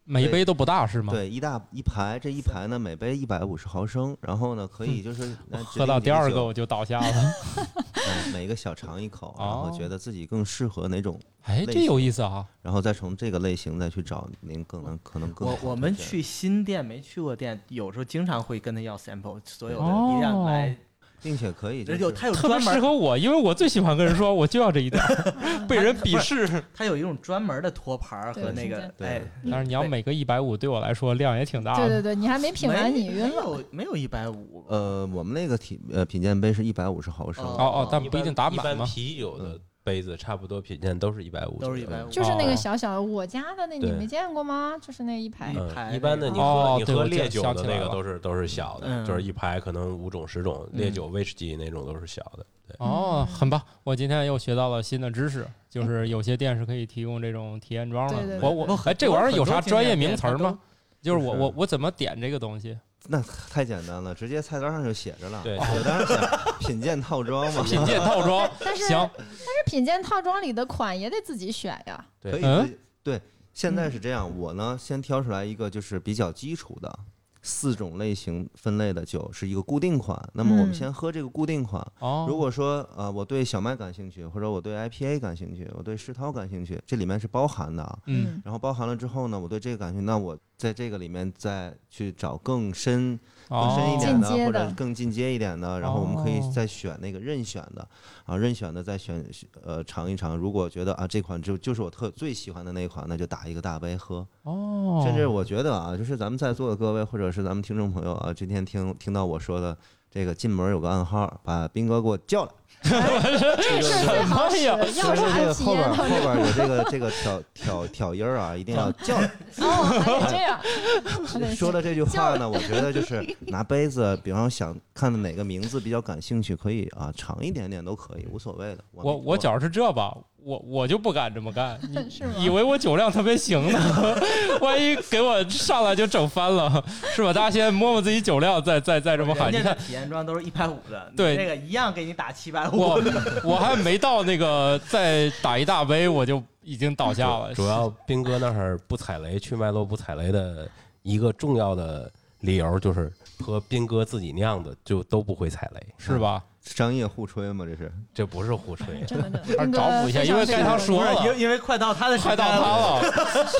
Speaker 1: 每一杯都不大是吗？，
Speaker 4: 对，一大一排，这一排呢每杯一百五十毫升，然后呢可以就是呃指
Speaker 1: 嗯哦喝
Speaker 4: 定
Speaker 1: 到
Speaker 4: 你
Speaker 1: 第
Speaker 4: 的
Speaker 1: 二
Speaker 4: 酒
Speaker 1: 个我就倒下 了。
Speaker 4: 嗯每个小尝一口，然后
Speaker 1: 哦
Speaker 4: 觉得自己更适合哪种。
Speaker 1: 哎，这有意思 啊！
Speaker 4: 然后再从这个类型再去找您更能可能更
Speaker 5: 我
Speaker 4: 好
Speaker 5: 我
Speaker 4: 的
Speaker 5: 们
Speaker 4: 这样
Speaker 5: 去新店没去过店，有时候经常会跟他要 sample，所有的
Speaker 1: 哦
Speaker 5: 一样来，
Speaker 4: 并且可以就
Speaker 5: 有
Speaker 4: 是
Speaker 5: 他有
Speaker 1: 特别
Speaker 5: 专
Speaker 1: 适
Speaker 5: 门
Speaker 1: 合我，因为我最喜欢跟人说，我就要这一点儿， 被人鄙视。
Speaker 5: 他有一种专门的托盘儿和
Speaker 2: 对
Speaker 5: 那
Speaker 2: 是
Speaker 5: 个，
Speaker 4: 对
Speaker 5: 哎，
Speaker 1: 但是你要每个一百五，对我来说量也挺大
Speaker 2: 对
Speaker 1: 的。
Speaker 2: 对对，你还没品完，你晕
Speaker 5: 没
Speaker 2: 了。
Speaker 5: 有没有一百五，
Speaker 4: 呃，我们那个体呃品鉴杯是一百五十毫升，
Speaker 5: 哦
Speaker 1: 哦哦，但
Speaker 3: 一
Speaker 1: 不一
Speaker 3: 般
Speaker 1: 定打
Speaker 3: 一
Speaker 1: 满
Speaker 3: 般
Speaker 1: 嘛。
Speaker 3: 啤酒的杯子差不多品鉴都是一百五，
Speaker 5: 都是一百五，
Speaker 2: 就是那
Speaker 1: 哦
Speaker 2: 个小小的，我家的那你
Speaker 3: 对
Speaker 2: 没见过吗？就是那一排，
Speaker 5: 一
Speaker 3: 嗯，
Speaker 5: 排
Speaker 3: 一
Speaker 5: 那
Speaker 3: 般
Speaker 5: 个
Speaker 3: 的你
Speaker 1: 哦
Speaker 3: 喝你
Speaker 1: 对
Speaker 3: 喝
Speaker 1: 我记得
Speaker 3: 烈酒
Speaker 1: 想
Speaker 3: 的
Speaker 1: 起来
Speaker 3: 那个
Speaker 1: 了
Speaker 3: 都是都是小的，
Speaker 5: 嗯
Speaker 3: 就是一排可能五种十种，烈
Speaker 1: 嗯
Speaker 3: 酒、威士忌那种都是小的。对，
Speaker 4: 嗯
Speaker 1: 哦，很棒！我今天又学到了新的知识，就是有些店是可以提供这种体验装的。
Speaker 2: 对对对
Speaker 1: 我
Speaker 5: 不
Speaker 1: 我哎，
Speaker 5: 很
Speaker 1: 这
Speaker 5: 多
Speaker 1: 玩意儿
Speaker 5: 很
Speaker 1: 有
Speaker 5: 多
Speaker 1: 啥
Speaker 5: 经
Speaker 1: 专
Speaker 5: 典
Speaker 1: 业名
Speaker 5: 店
Speaker 1: 词
Speaker 5: 它
Speaker 1: 儿
Speaker 5: 都
Speaker 1: 吗？就是我
Speaker 4: 就是
Speaker 1: 我我怎么点这个东西？
Speaker 4: 那太简单了，直接菜单上就写着了。
Speaker 3: 对
Speaker 4: 我当时想品鉴套装嘛，
Speaker 1: 品鉴套装
Speaker 2: 但是
Speaker 1: 哦行，
Speaker 2: 但是品鉴套装里的款也得自己选呀。
Speaker 4: 可以
Speaker 1: 嗯
Speaker 4: 自己对。现在是这样，我呢先挑出来一个就是比较基础的四种类型分类的酒，是一个固定款。那么我们
Speaker 2: 嗯
Speaker 4: 先喝这个固定款。
Speaker 1: 哦，
Speaker 4: 如果说呃我对小麦感兴趣，或者我对 IPA 感兴趣，我对世涛感兴趣，这里面是包含的啊。
Speaker 1: 嗯，
Speaker 4: 然后包含了之后呢，我对这个感兴趣，那我在这个里面再去找更深更深一
Speaker 1: 哦，
Speaker 4: 点的，
Speaker 2: 进阶
Speaker 4: 或
Speaker 2: 的
Speaker 4: 者更进阶一点的，然后我们可以
Speaker 1: 哦
Speaker 4: 再选那个任选的，啊，任选的再选呃尝一尝。如果觉得啊这款就就是我特最喜欢的那一款，那就打一个大杯喝。
Speaker 1: 哦，
Speaker 4: 甚至我觉得啊，就是咱们在座的各位，或者是咱们听众朋友啊，今天听听到我说的。这个进门有个暗号，把斌哥给我叫来。
Speaker 2: 这事儿最好使，要
Speaker 4: 就是这
Speaker 2: 啥
Speaker 4: 个
Speaker 2: 体
Speaker 4: 后
Speaker 2: 验
Speaker 4: 边
Speaker 2: 到
Speaker 4: 后边 有这个这个挑挑挑音儿啊，一定要叫来。
Speaker 2: 哦，还得这样， 还得
Speaker 4: 说了这句话呢，我觉得就是拿杯子，比方想看的哪个名字比较感兴趣，可以啊，长一点点都可以，无所谓的。
Speaker 1: 我
Speaker 4: 我
Speaker 1: 我觉着是这吧，我我就不敢这么干，你
Speaker 2: 是吗？
Speaker 1: 以为我酒量特别行呢， 万一给我上来就整翻了，是吧？大家先摸摸自己酒量，再再再这么喊。你
Speaker 5: 人家
Speaker 1: 看
Speaker 5: 的，体验装都是一百五的，你
Speaker 1: 对
Speaker 5: 这个一样给你打七百五。
Speaker 1: 我我还没到那个再打一大杯，我就已经倒下了。
Speaker 3: 主要斌哥那儿不踩雷，去麦洛不踩雷的一个重要的理由就是和斌哥自己酿的就都不会踩雷，
Speaker 1: 是吧？
Speaker 4: 商业互吹嘛，这是
Speaker 3: 这不是胡吹。
Speaker 2: 真的真的，
Speaker 1: 还是
Speaker 2: 斌哥
Speaker 1: 找补一下，
Speaker 2: 非
Speaker 1: 因
Speaker 2: 常
Speaker 1: 为该他
Speaker 2: 适
Speaker 1: 说
Speaker 2: 合
Speaker 5: 不是
Speaker 1: 了
Speaker 5: 因。因为快到他的时
Speaker 1: 快
Speaker 5: 间
Speaker 1: 到他了，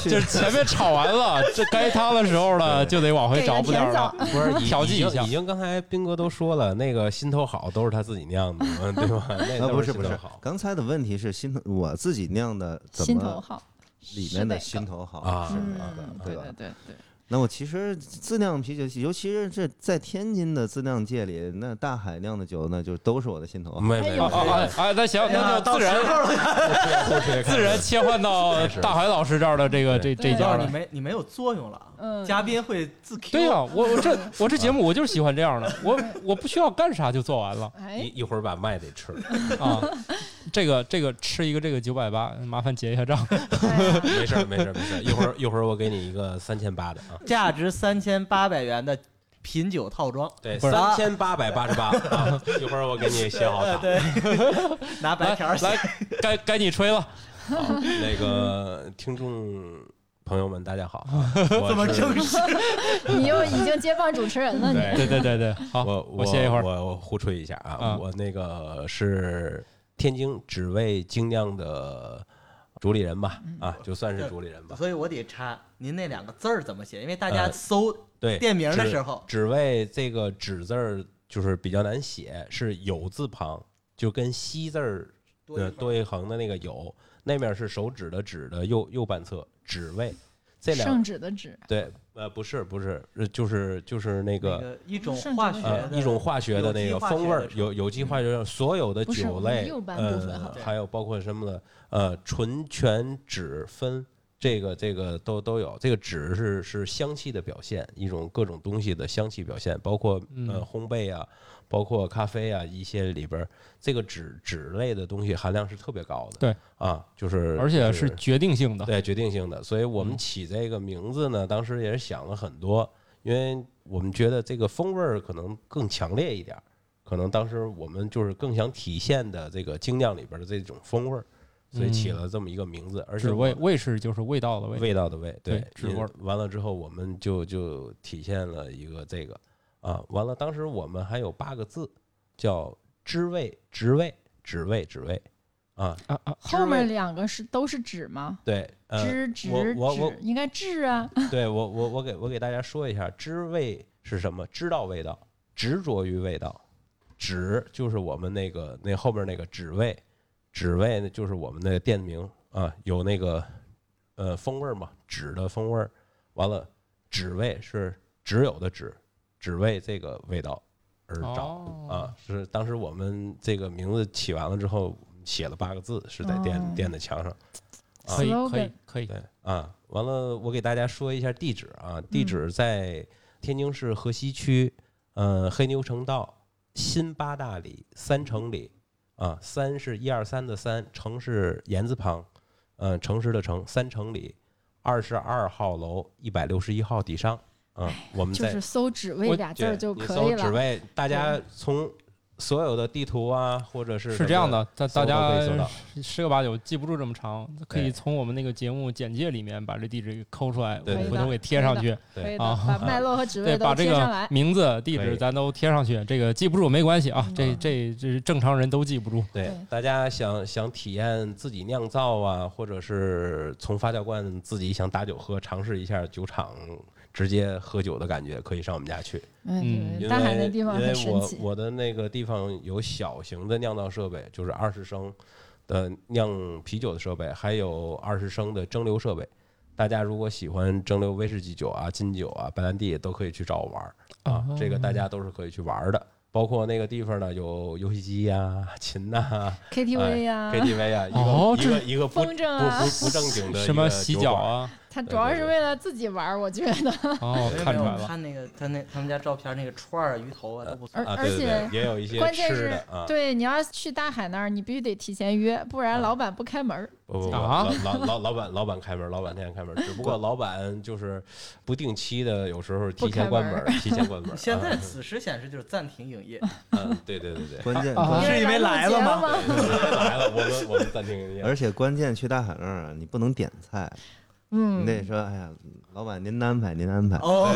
Speaker 1: 嗯就是前面吵完了，这该他的时候了，就得往回找补点儿了。
Speaker 3: 不是已
Speaker 1: 调剂一下
Speaker 3: 已经已经刚才斌哥都说了，那个心头好都是他自己酿的，对吧？哎那
Speaker 4: 啊，
Speaker 3: 都
Speaker 4: 不是
Speaker 3: 心
Speaker 4: 不
Speaker 3: 头
Speaker 4: 是
Speaker 3: 好，
Speaker 4: 刚才的问题是心头我自己酿的怎
Speaker 2: 心头
Speaker 4: 么
Speaker 2: 好，
Speaker 4: 里面的
Speaker 2: 是哪个
Speaker 4: 心头好
Speaker 3: 啊
Speaker 4: 是
Speaker 9: 嗯
Speaker 4: 哪个对
Speaker 7: 对
Speaker 4: 吧？
Speaker 7: 对对对，
Speaker 4: 那我其实自酿啤酒，尤其是这在天津的自酿界里，那大海酿的酒呢，就都是我的心头好。
Speaker 3: 没没
Speaker 2: 哎
Speaker 3: 没
Speaker 2: 呦
Speaker 1: 啊啊啊！哎，那行，那就自然
Speaker 3: 胡吹开
Speaker 1: 自然
Speaker 3: 始
Speaker 1: 切换到大海老师这儿的这个这这
Speaker 2: 对
Speaker 1: 家
Speaker 5: 就是
Speaker 1: 了
Speaker 5: 你。没你没有作用了啊，
Speaker 2: 嗯，
Speaker 5: 嘉宾会自 Q。
Speaker 1: 对啊呀、我我这我这节目我就是喜欢这样的，我我不需要干啥就做完了
Speaker 2: 哎，
Speaker 3: 一一会儿把麦得吃了，
Speaker 1: 啊。这个这个吃一个这个九百八，麻烦结一下账。
Speaker 3: 没事儿没事儿没事儿，一会儿一会儿我给你一个三千八的啊，
Speaker 5: 价值三千八百元的品酒套装，
Speaker 3: 对，
Speaker 1: 不是
Speaker 4: 啊
Speaker 3: 三千八百八十八啊，一会儿我给你写好卡。
Speaker 5: 对，拿白条
Speaker 1: 来
Speaker 5: 写。
Speaker 1: 来，该该你吹了。
Speaker 3: 好，那个听众朋友们，大家好啊，我
Speaker 5: 这么
Speaker 3: 是
Speaker 5: 正式？
Speaker 2: 你又已经接棒主持人了，你
Speaker 1: 对对对对，好，
Speaker 3: 我
Speaker 1: 我歇一会儿
Speaker 3: 我我互吹一下啊，
Speaker 1: 嗯
Speaker 3: 我那个是天津只为精酿的主理人吧，
Speaker 5: 嗯
Speaker 3: 啊，就算是主理人吧，
Speaker 5: 所以我得插您那两个字儿怎么写，因为大家
Speaker 3: 呃
Speaker 5: 搜
Speaker 3: 对，
Speaker 5: 店名的
Speaker 3: 只
Speaker 5: 时候，
Speaker 3: 只为这个“只”字儿就是比较难写，是“有”字旁，就跟“西”字儿
Speaker 5: 多一
Speaker 3: 呃
Speaker 5: 份
Speaker 3: 多一横的那个“有”，那面是手指的“指”的右右半侧，只为这两
Speaker 2: 圣旨的旨，
Speaker 3: 对呃不是不是呃就是就是那
Speaker 5: 那
Speaker 3: 个。
Speaker 5: 个一种
Speaker 2: 圣
Speaker 5: 化
Speaker 2: 旨
Speaker 5: 学
Speaker 2: 的
Speaker 3: 呃，
Speaker 5: 的
Speaker 3: 一种化学的那个风味儿
Speaker 5: 有，机化学的
Speaker 3: 有有机化学的所有的
Speaker 2: 不是
Speaker 3: 酒
Speaker 2: 我们
Speaker 3: 类
Speaker 2: 右，半部分
Speaker 3: 呃
Speaker 2: 好，
Speaker 5: 像
Speaker 3: 还有包括什么的，呃，醇、醛、酯酚，这个这个都都有。这个酯是是香气的表现，一种各种东西的香气表现，包括呃
Speaker 1: 嗯
Speaker 3: 烘焙啊，包括咖啡啊，一些里边儿这个酯酯类的东西含量是特别高的。
Speaker 1: 对
Speaker 3: 啊，就是
Speaker 1: 而且
Speaker 3: 就是
Speaker 1: 决定性的。
Speaker 3: 对，决定性的。所以我们
Speaker 1: 啊嗯
Speaker 3: 起这个名字呢，当时也是想了很多，因为我们觉得这个风味儿可能更强烈一点儿，可能当时我们就是更想体现的这个精酿里边的这种风味儿，所以起
Speaker 1: 嗯
Speaker 3: 了这么一个名字，而且
Speaker 1: 只
Speaker 3: 我
Speaker 1: 味味是就是味道的味。
Speaker 3: 味道的味，
Speaker 1: 对
Speaker 3: 只
Speaker 1: 纸味儿
Speaker 3: 完了之后，我们就就体现了一个这个啊，完了，当时我们还有八个字叫知味、职味、职味、职味啊，
Speaker 1: 啊啊！
Speaker 2: 后面两个是都是旨吗？
Speaker 3: 对，呃，
Speaker 2: 知职
Speaker 3: 我我我嗯
Speaker 2: 旨应该治啊，
Speaker 3: 对我，我我给我给大家说一下，知味是什么？知道味道，执着于味道。指就是我们那个那后面那个指味，指味呢就是我们那个店名啊，有那个呃风味儿嘛，指的风味儿。完了，指味是只有的只，只为这个味道而找、
Speaker 1: 哦
Speaker 3: 啊。是当时我们这个名字起完了之后，写了八个字，是在店、
Speaker 2: 哦
Speaker 3: 店的墙上。啊
Speaker 1: 可以
Speaker 2: slogan
Speaker 1: 可以可以，
Speaker 3: 对啊，完了，我给大家说一下地址啊，地
Speaker 2: 嗯
Speaker 3: 址在天津市河西区，呃，黑牛城道新八大里三城里啊，三是一二三的三，城是言字旁，呃，城市的城，三城里二十二号楼一百六十一号底商啊，我们
Speaker 2: 哎就
Speaker 3: 在
Speaker 2: 是搜旨味
Speaker 1: 我
Speaker 2: 俩字
Speaker 3: 对
Speaker 2: 儿就
Speaker 3: 你
Speaker 2: 可
Speaker 3: 搜
Speaker 2: 以
Speaker 3: 址
Speaker 2: 了。
Speaker 3: 位，大家从所有的地图啊，或者是
Speaker 1: 是
Speaker 3: 什么
Speaker 1: 这样，的，大
Speaker 3: 搜
Speaker 1: 大
Speaker 3: 都可以
Speaker 1: 家
Speaker 3: 搜到
Speaker 1: 十有八九记不住这么长，可以
Speaker 3: 对
Speaker 1: 从我们那个节目简介里面把这地址给抠出来，我
Speaker 3: 对
Speaker 1: 们
Speaker 3: 对
Speaker 1: 回
Speaker 2: 对
Speaker 1: 头给贴上去。
Speaker 3: 对
Speaker 2: 可以的，
Speaker 1: 啊
Speaker 2: 把脉络和职
Speaker 1: 对，
Speaker 2: 位都
Speaker 1: 把这
Speaker 2: 贴上
Speaker 1: 个
Speaker 2: 来。
Speaker 1: 名字、地
Speaker 3: 可
Speaker 1: 址
Speaker 3: 以
Speaker 1: 咱都贴上去。这个记不住没关系啊，这
Speaker 2: 嗯
Speaker 1: 这这是正常人都记不 住。
Speaker 3: 对
Speaker 2: 对，
Speaker 3: 大家想想体验自己酿造啊，或者是从发酵罐自己想打酒喝，尝试一下酒厂直接喝酒的感觉，可以上我们家去。
Speaker 1: 嗯
Speaker 2: 嗯，对
Speaker 3: 因为
Speaker 2: 大海那地方
Speaker 3: 因为
Speaker 2: 很神
Speaker 3: 我
Speaker 2: 奇。
Speaker 3: 我的那个地方有小型的酿造设备，就是二十升的酿啤酒的设备，还有二十升的蒸馏设备。大家如果喜欢蒸馏
Speaker 2: 哦
Speaker 3: 威士忌酒啊、金酒啊、白兰地，都可以去找我玩儿啊。这个大家都是可以去玩儿的，包括那个地方呢有游戏机呀、 琴呐、
Speaker 2: KTV 呀，
Speaker 3: KTV 啊，一个、
Speaker 1: 哦
Speaker 3: 一
Speaker 1: 这
Speaker 3: 个一个不
Speaker 2: 风筝啊
Speaker 3: 不不不正经的
Speaker 1: 什么洗脚
Speaker 3: 脚，
Speaker 1: 啊？
Speaker 2: 他主要是为了自己玩儿，我觉 得。
Speaker 3: 啊
Speaker 1: 哦，
Speaker 5: 因为
Speaker 1: 看出
Speaker 5: 我
Speaker 1: 来了，
Speaker 5: 看那个他那他们家照片，那个串儿、鱼头啊都不错
Speaker 2: 而。
Speaker 3: 啊，对对对
Speaker 2: 而，且
Speaker 3: 也有一些
Speaker 2: 关键
Speaker 3: 吃
Speaker 2: 是
Speaker 3: 的啊，
Speaker 2: 对，你要去大海那儿，你必须得提前约，不然
Speaker 3: 啊
Speaker 2: 老板不开门儿。
Speaker 3: 不不不，
Speaker 1: 啊
Speaker 3: 老老老老板老板开门，老板天天开门，只不过老板就是不定期的，有时候提前关门，提前关门。
Speaker 5: 现在
Speaker 3: 啊
Speaker 5: 此时显示就是暂停营业，
Speaker 3: 嗯，对对对对，
Speaker 4: 关键
Speaker 1: 啊
Speaker 4: 关
Speaker 5: 是因为来了吗？
Speaker 3: 对对对来了，我们我们暂停营业。
Speaker 4: 而且关键去大海那儿啊，你不能点菜，你
Speaker 2: 嗯，
Speaker 4: 得说，哎呀，老板您安排，您安排。
Speaker 5: 哦，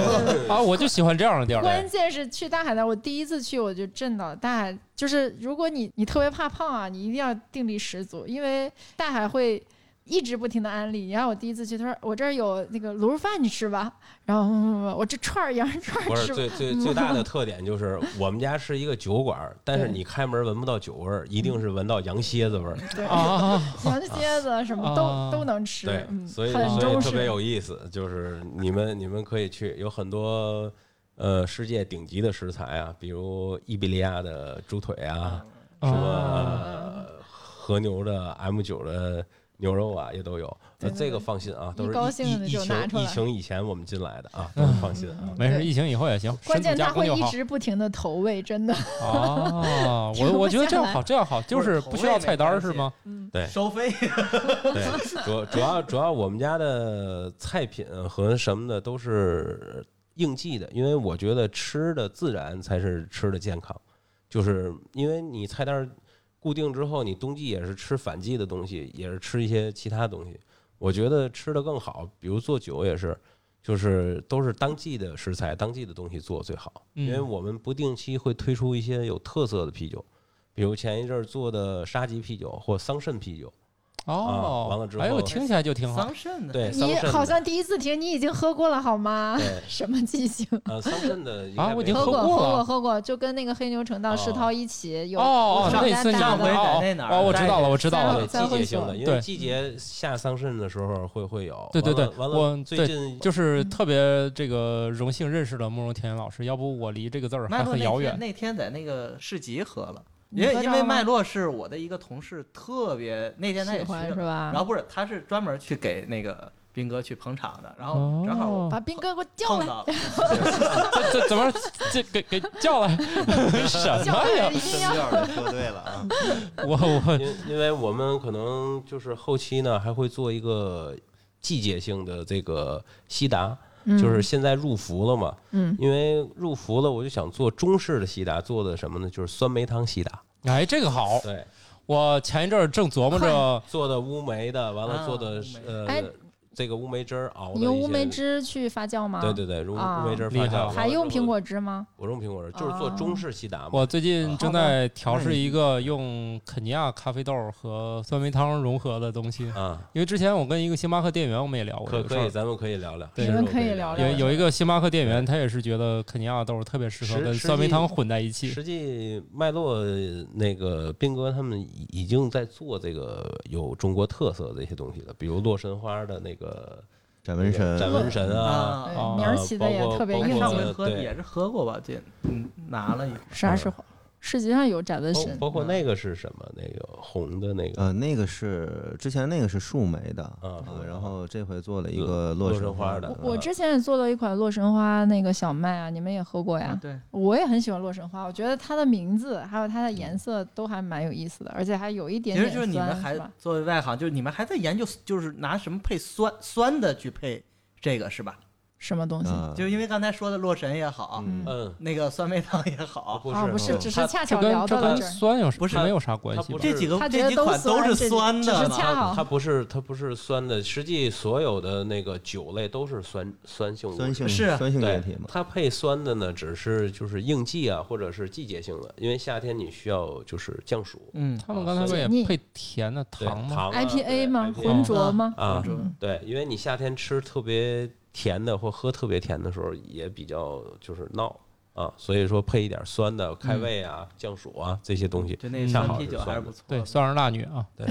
Speaker 1: 啊，我就喜欢这样的地
Speaker 2: 关
Speaker 1: 儿。
Speaker 2: 键是去大海那儿，我第一次去我就震到大海，就是如果你你特别怕胖啊，你一定要定力十足，因为大海会。一直不停的安利，然后我第一次去，他说我这儿有那个卤肉饭，你吃吧。然后、嗯、我这串儿羊肉串
Speaker 3: 不
Speaker 2: 儿吃
Speaker 3: 是
Speaker 2: 吧。
Speaker 3: 最最最大的特点就是我们家是一个酒馆，但是你开门闻不到酒味儿，一定
Speaker 2: 嗯
Speaker 3: 是闻到羊蝎子味儿。
Speaker 2: 对，
Speaker 1: 啊啊啊！
Speaker 2: 羊蝎子什么
Speaker 1: 啊
Speaker 2: 都都能吃
Speaker 3: 对，，
Speaker 2: 嗯，
Speaker 3: 所以
Speaker 2: 很
Speaker 3: 所以
Speaker 2: 中
Speaker 3: 特别
Speaker 2: 式。
Speaker 3: 有意思，就是你们你们可以去，有很多呃世界顶级的食材啊，比如伊比利亚的猪腿啊，什么、
Speaker 2: 啊
Speaker 3: 呃和牛的 M 九的牛肉啊，也都有。
Speaker 2: 对对
Speaker 3: 呃，这
Speaker 2: 对
Speaker 3: 个放心啊，都
Speaker 2: 一
Speaker 3: 是
Speaker 2: 高
Speaker 3: 疫
Speaker 2: 兴
Speaker 3: 疫
Speaker 2: 的
Speaker 3: 疫
Speaker 2: 就拿出
Speaker 3: 情
Speaker 2: 来
Speaker 3: 疫
Speaker 2: 嗯
Speaker 3: 情以前我们进来的啊，都是放心啊。
Speaker 1: 没事，
Speaker 2: 对
Speaker 1: 疫情以后也行，
Speaker 2: 关键
Speaker 1: 身体加
Speaker 2: 他
Speaker 1: 工
Speaker 2: 会
Speaker 1: 就
Speaker 2: 一
Speaker 1: 好。
Speaker 2: 直不停的投喂，真的。
Speaker 1: 啊，
Speaker 2: 停
Speaker 1: 我
Speaker 2: 不
Speaker 1: 我觉得
Speaker 2: 下
Speaker 1: 这样
Speaker 2: 来
Speaker 1: 好，这样好，就
Speaker 5: 不是
Speaker 1: 是
Speaker 5: 口
Speaker 1: 不需要
Speaker 5: 味没
Speaker 1: 菜单儿
Speaker 5: 关
Speaker 1: 是
Speaker 5: 系
Speaker 1: 吗？
Speaker 5: 收费
Speaker 3: 对，主主要主要我们家的菜品和什么的都是应季的，因为我觉得吃的自然才是吃的健康，就是因为你菜单儿固定之后，你冬季也是吃反季的东西，也是吃一些其他东西。我觉得吃的更好，比如做酒也是，就是都是当季的食材、当季的东西做最好，因为
Speaker 1: 嗯
Speaker 3: 我们不定期会推出一些有特色的啤酒，比如前一阵儿做的沙棘啤酒或桑葚啤酒。
Speaker 5: 啊
Speaker 1: 哦，
Speaker 3: 完了之
Speaker 1: 哎，我
Speaker 3: 后
Speaker 1: 听起来就挺好
Speaker 5: 桑。葚的，
Speaker 3: 对，桑
Speaker 2: 你
Speaker 3: 葚的
Speaker 2: 好像第一次听，你已经喝过了好吗？，
Speaker 3: 对
Speaker 2: 什么记性？
Speaker 3: 呃，桑葚的应
Speaker 1: 啊
Speaker 3: 该
Speaker 1: 我已
Speaker 3: 没
Speaker 1: 经
Speaker 3: 有
Speaker 1: 喝
Speaker 2: 过，喝
Speaker 1: 过了
Speaker 2: 过，喝过，就跟那个黑牛城
Speaker 3: 哦
Speaker 2: 到世涛一起有
Speaker 1: 哦哦，
Speaker 5: 上
Speaker 1: 那次你
Speaker 5: 上
Speaker 1: 哦
Speaker 5: 回在那哪儿
Speaker 1: 哦，我知道了，我知道了
Speaker 2: 在。
Speaker 3: 对季节性的，因
Speaker 1: 对
Speaker 3: 为季节下桑葚的时候会会有。
Speaker 1: 对对对
Speaker 3: 完了完
Speaker 1: 我
Speaker 3: 了，最近
Speaker 1: 就是特别这个荣幸认识了慕容田老师，要不我离这个字儿
Speaker 5: 麦
Speaker 1: 还
Speaker 5: 洛
Speaker 1: 很
Speaker 5: 那
Speaker 1: 遥
Speaker 5: 天
Speaker 1: 远。
Speaker 5: 那天在那个市集喝了，
Speaker 2: 你
Speaker 5: 因为
Speaker 2: 喝
Speaker 5: 因
Speaker 2: 着
Speaker 5: 为
Speaker 2: 了吗
Speaker 5: 麦洛是我的一个同事，特别那天他
Speaker 2: 喜
Speaker 5: 也去
Speaker 2: 欢是
Speaker 5: 了，
Speaker 2: 吧？
Speaker 5: 然后不是他是专门去给那个斌哥去捧场的，然后正好我
Speaker 1: 哦
Speaker 2: 把斌哥给我叫
Speaker 5: 碰
Speaker 2: 来，
Speaker 5: 到了，
Speaker 1: 这这怎么这给给叫 来？什
Speaker 2: 叫
Speaker 1: 么
Speaker 2: 来
Speaker 1: 呀
Speaker 2: 一？定要。
Speaker 4: 儿就说对了啊，
Speaker 1: 我我
Speaker 3: 因因为我们可能就是后期呢还会做一个季节性的这个西达，就是现在入伏了嘛，
Speaker 2: 嗯，
Speaker 3: 因为入伏了，我就想做中式的西达，做的什么呢？就是酸梅汤西达，
Speaker 1: 哎，这个好，
Speaker 3: 对，
Speaker 1: 我前一阵儿正琢磨着，
Speaker 3: 做的乌梅的，完了
Speaker 5: 啊
Speaker 3: 做的
Speaker 5: 乌梅
Speaker 3: 呃
Speaker 2: 哎
Speaker 3: 这个乌梅汁儿熬的
Speaker 2: 你用
Speaker 3: 一
Speaker 2: 乌
Speaker 3: 些
Speaker 2: 梅，汁去发酵吗？
Speaker 3: 对对对，用
Speaker 2: 啊
Speaker 3: 乌梅汁儿
Speaker 1: 厉
Speaker 3: 发
Speaker 1: 害
Speaker 3: 酵，
Speaker 1: 了
Speaker 2: 还用
Speaker 3: 完了之
Speaker 2: 苹
Speaker 3: 后
Speaker 2: 果哦汁吗？
Speaker 3: 我用苹果汁，就是做中式西达嘛。
Speaker 1: 我最近正在调
Speaker 5: 好
Speaker 1: 试
Speaker 5: 的
Speaker 1: 一个用肯尼亚咖啡豆和酸梅汤融合的东西，
Speaker 3: 啊，
Speaker 1: 因为之前我跟一个星巴克店员我们也聊过
Speaker 3: 可
Speaker 1: 这个事
Speaker 3: 可以，
Speaker 1: 儿。
Speaker 3: 咱们可以聊聊。
Speaker 1: 对
Speaker 2: 你们可以聊聊
Speaker 1: 有有一个星巴克店员，他也是觉得肯尼亚豆特别适合
Speaker 3: 实
Speaker 1: 跟
Speaker 3: 实际
Speaker 1: 酸梅汤混在一起。
Speaker 3: 实际脉络那个斌哥他们已已经在做这个有中国特色的一些东西了，比如洛神花的那个
Speaker 4: 展纹神，
Speaker 3: 展纹神啊，
Speaker 5: 啊，
Speaker 2: 对
Speaker 1: 哦
Speaker 2: 名儿起的也
Speaker 3: 包括
Speaker 2: 特别
Speaker 3: 包
Speaker 5: 那
Speaker 2: 硬
Speaker 3: 括
Speaker 5: 上
Speaker 2: 气
Speaker 3: 我。
Speaker 5: 回喝
Speaker 3: 对
Speaker 5: 也是喝过吧，这嗯拿了一口，
Speaker 2: 啥时候？市集上有展纹
Speaker 3: 嗯包
Speaker 2: 神，
Speaker 3: 包括那个是什么？那个红的那个
Speaker 4: 呃，那个是之前那个是树莓的
Speaker 3: 啊树莓
Speaker 4: 然后这回做了一
Speaker 3: 洛
Speaker 4: 个
Speaker 3: 洛
Speaker 4: 洛
Speaker 3: 神
Speaker 4: 神
Speaker 3: 花的
Speaker 4: 的，嗯
Speaker 2: 我之前也做了一款洛神花那个小麦啊，你们也喝过呀
Speaker 5: 啊？对，
Speaker 2: 我也很喜欢洛神花，我觉得它的名字还有它的颜色都还蛮有意思的，而且还有一点
Speaker 5: 其实
Speaker 2: 点
Speaker 5: 就是你们
Speaker 2: 酸，
Speaker 5: 还
Speaker 2: 是吧？
Speaker 5: 作为外行，就是你们还在研究，就是拿什么配酸酸的去配这个是吧？
Speaker 2: 什么东西？
Speaker 4: 啊，
Speaker 5: 就因为刚才说的洛神也好，
Speaker 4: 嗯
Speaker 3: 嗯，
Speaker 5: 那个酸梅汤也好，
Speaker 3: 不
Speaker 2: 啊，
Speaker 3: 是
Speaker 2: 不是，
Speaker 4: 嗯
Speaker 2: 只
Speaker 3: 它
Speaker 2: 是恰
Speaker 1: 这
Speaker 2: 巧
Speaker 1: 跟
Speaker 2: 聊
Speaker 1: 这
Speaker 2: 到了
Speaker 1: 跟
Speaker 2: 这儿。
Speaker 1: 酸有
Speaker 5: 不是
Speaker 1: 没有啥关
Speaker 3: 它
Speaker 1: 系
Speaker 3: 不
Speaker 1: 吧？
Speaker 5: 这几个
Speaker 2: 他觉
Speaker 5: 这
Speaker 2: 得
Speaker 5: 几
Speaker 2: 都
Speaker 5: 款都
Speaker 2: 酸
Speaker 5: 是
Speaker 2: 这
Speaker 5: 酸
Speaker 2: 只
Speaker 5: 的
Speaker 2: 是
Speaker 5: 嘛，
Speaker 2: 恰好
Speaker 3: 它不是它不是酸的，实际所有的那个酒类都是酸酸性物质
Speaker 4: 酸性
Speaker 5: 是
Speaker 4: 酸性
Speaker 3: 对，
Speaker 4: 液体嘛，
Speaker 3: 它配酸的呢，只是就是应季啊，或者是季节性的，因为夏天你需要就是降暑。
Speaker 5: 嗯，
Speaker 1: 他们刚才不也配甜的
Speaker 3: 对
Speaker 1: 糖吗？
Speaker 3: 糖啊
Speaker 2: IPA
Speaker 3: 对
Speaker 2: 吗？
Speaker 3: IPA
Speaker 2: 浑浊吗？
Speaker 3: 啊，
Speaker 5: 嗯
Speaker 3: 对，因为你夏天吃特别甜的或喝特别甜的时候，也比较就是闹啊，所以说配一点酸的，开胃啊、降暑啊这 些东西。
Speaker 5: 嗯就那
Speaker 3: 恰
Speaker 5: 酸
Speaker 3: 好
Speaker 5: 啤
Speaker 3: 是
Speaker 5: 酒
Speaker 3: 酸
Speaker 5: 还是
Speaker 3: 的
Speaker 5: 不错的。
Speaker 1: 对，酸儿辣女啊，
Speaker 3: 对，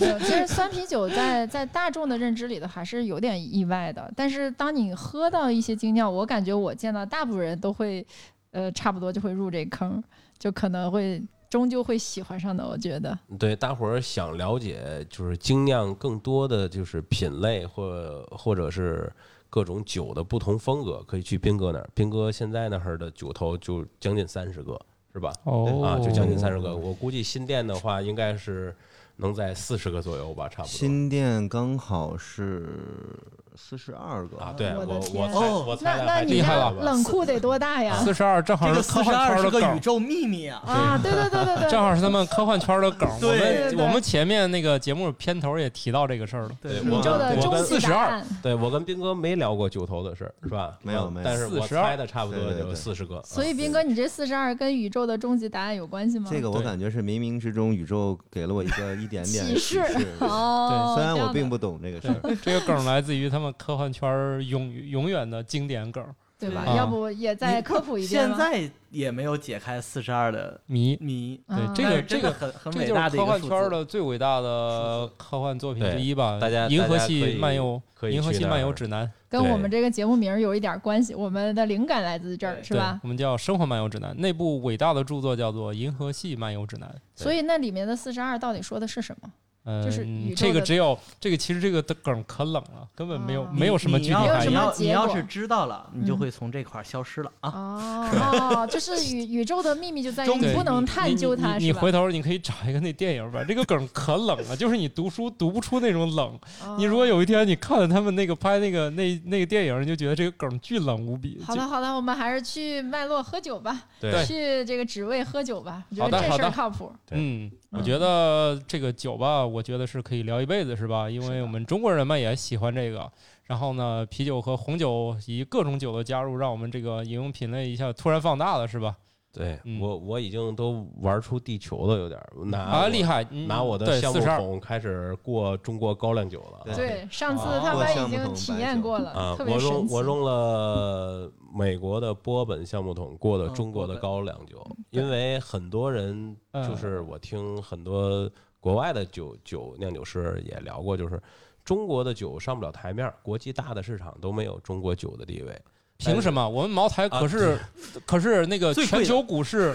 Speaker 2: 没有其实酸啤酒在在大众的认知里头还是有点意外的，但是当你喝到一些精酿，我感觉我见到大部分人都会。呃，差不多就会入这坑，就可能会终究会喜欢上的。我觉得，
Speaker 3: 对，大伙儿想了解就是精酿更多的就是品类或或者是各种酒的不同风格，可以去斌哥那儿。斌哥现在那儿的酒头就将近三十个，是吧？
Speaker 1: 哦
Speaker 3: 啊，就将近三十个。我估计新店的话，应该是能在四十个左右吧，差不多。
Speaker 4: 新店刚好是四十二个，
Speaker 3: 啊，对
Speaker 2: 我的
Speaker 3: 我
Speaker 2: 天
Speaker 3: 我猜
Speaker 5: 哦
Speaker 3: 我猜
Speaker 2: 那
Speaker 3: 的
Speaker 2: 那
Speaker 3: 还
Speaker 2: 你
Speaker 1: 厉害
Speaker 2: 家
Speaker 1: 了
Speaker 2: 冷库得多大呀？
Speaker 1: 四十二正好
Speaker 5: 这
Speaker 1: 是
Speaker 5: 个
Speaker 1: 科
Speaker 5: 四
Speaker 1: 幻
Speaker 5: 十二
Speaker 1: 圈
Speaker 5: 是
Speaker 1: 的
Speaker 5: 个宇
Speaker 1: 梗，
Speaker 5: 宙秘密啊！
Speaker 2: 啊，对对对对
Speaker 1: 正
Speaker 2: 对，
Speaker 1: 好是他们科幻圈的梗。我
Speaker 5: 对
Speaker 1: 们
Speaker 2: 对
Speaker 1: 我们前面那个节目片头也提到这个事儿了。
Speaker 3: 对
Speaker 2: 宇
Speaker 3: 我
Speaker 2: 宙的
Speaker 3: 跟我
Speaker 2: 终
Speaker 3: 跟
Speaker 2: 极答案。
Speaker 3: 对我跟斌哥没聊过酒头的事儿，是吧？
Speaker 4: 没有
Speaker 3: 我
Speaker 4: 没有
Speaker 3: 但是我
Speaker 1: 42
Speaker 3: 猜的差不多
Speaker 4: 对对
Speaker 3: 有
Speaker 4: 对
Speaker 3: 四十个。啊
Speaker 2: 所以，斌哥，你这四十二跟宇宙的终极答案有关系吗？
Speaker 4: 这个我
Speaker 1: 对
Speaker 4: 感觉是冥冥之中宇宙给了我一个 一点点
Speaker 2: 启示
Speaker 4: 示。
Speaker 2: 哦，
Speaker 4: 虽然
Speaker 2: 这样的
Speaker 4: 我并不懂这个事儿，
Speaker 1: 这个梗来自于他们科幻圈儿永永远的经典梗
Speaker 2: 对吧？
Speaker 1: 啊
Speaker 2: 要不也再科普一遍
Speaker 5: 现
Speaker 2: 吧。
Speaker 5: 在也没有解开四十二的
Speaker 1: 迷。
Speaker 5: 谜，
Speaker 1: 对
Speaker 2: 啊
Speaker 1: 这个
Speaker 5: 但是真的很很
Speaker 1: 这
Speaker 5: 伟
Speaker 1: 就
Speaker 5: 大
Speaker 1: 是
Speaker 5: 的一
Speaker 1: 科
Speaker 5: 个
Speaker 1: 幻
Speaker 5: 数
Speaker 1: 圈
Speaker 5: 字。
Speaker 1: 的最伟大的科幻作品之一吧？
Speaker 3: 大家
Speaker 1: 银河
Speaker 3: 大家可
Speaker 1: 系
Speaker 3: 以
Speaker 1: 漫游，
Speaker 3: 可以去
Speaker 1: 银河系
Speaker 3: 那儿
Speaker 1: 漫游指南，
Speaker 2: 跟
Speaker 3: 对
Speaker 2: 我们这个节目名儿有一点关系，我们的灵感来自这儿，
Speaker 5: 对
Speaker 2: 是吧
Speaker 1: 对？我们叫《生活漫游指南》，那部伟大的著作叫做《银河系漫游指南》。
Speaker 2: 所以那里面的四十二到底说的是什么？
Speaker 1: 嗯，
Speaker 2: 就是宇宙
Speaker 1: 这个
Speaker 2: 的
Speaker 1: 只有这个，其实这个的梗可冷了，根本没有、
Speaker 2: 啊
Speaker 1: 没有什么
Speaker 5: 你
Speaker 1: 具
Speaker 5: 你
Speaker 1: 体
Speaker 5: 要
Speaker 1: 含
Speaker 2: 什
Speaker 1: 义
Speaker 5: 你
Speaker 2: 么。
Speaker 5: 要
Speaker 2: 结
Speaker 5: 你要
Speaker 2: 果
Speaker 5: 是知道了，你就
Speaker 2: 嗯
Speaker 5: 会从这块儿消失了啊！
Speaker 2: 哦， 哦，就是宇宇宙的秘密就在于
Speaker 5: 终
Speaker 1: 极
Speaker 2: 你不能探究
Speaker 1: 你
Speaker 2: 它，
Speaker 1: 你
Speaker 2: 是
Speaker 1: 你
Speaker 2: 吧？
Speaker 1: 回头你可以找一个那电影吧，这个梗可冷了，就是你读书读不出那种冷。
Speaker 2: 哦
Speaker 1: 你如果有一天你看了他们那个拍那个那那个电影，你就觉得这个梗巨冷无比。
Speaker 2: 好了好了，我们还是去麦洛喝酒吧，
Speaker 3: 对
Speaker 2: 去这个只为喝酒吧，我觉
Speaker 1: 好的
Speaker 2: 得这
Speaker 1: 好
Speaker 2: 事
Speaker 1: 的
Speaker 2: 儿靠谱。
Speaker 3: 对
Speaker 1: 嗯，我
Speaker 2: 嗯
Speaker 1: 觉得这个酒吧，我觉得是可以聊一辈子，是吧？因为我们中国人嘛也喜欢这个。然后呢，啤酒和红酒以及各种酒的加入，让我们这个饮用品类一下突然放大了，是吧？
Speaker 3: 对
Speaker 1: 嗯
Speaker 3: 我我已经都玩出地球了，有点儿拿
Speaker 1: 啊，
Speaker 3: 我
Speaker 1: 厉害！嗯
Speaker 3: 拿我的
Speaker 1: 对
Speaker 3: 橡木
Speaker 1: 42
Speaker 3: 桶开始过中国高粱酒了。
Speaker 4: 对
Speaker 2: 对，上次
Speaker 1: 哦
Speaker 2: 他
Speaker 4: 我
Speaker 2: 们已
Speaker 4: 项目
Speaker 2: 经
Speaker 4: 桶
Speaker 2: 体
Speaker 4: 白
Speaker 2: 验
Speaker 4: 酒
Speaker 2: 过了，
Speaker 3: 啊，
Speaker 2: 特别
Speaker 3: 我
Speaker 2: 神
Speaker 3: 用
Speaker 2: 奇
Speaker 3: 我。用了美国的波本橡木桶过的
Speaker 5: 嗯
Speaker 3: 中国的高粱酒，
Speaker 2: 嗯
Speaker 3: 因为很多人
Speaker 1: 嗯
Speaker 3: 就是我听很多国外的酒酒酿酒师也聊过，就是中国的酒上不了台面儿，国际大的市场都没有中国酒的地位。
Speaker 1: 凭什么？我们茅台
Speaker 3: 啊
Speaker 1: 可是、 可是那个
Speaker 5: 最贵
Speaker 1: 全
Speaker 5: 的
Speaker 1: 球股 市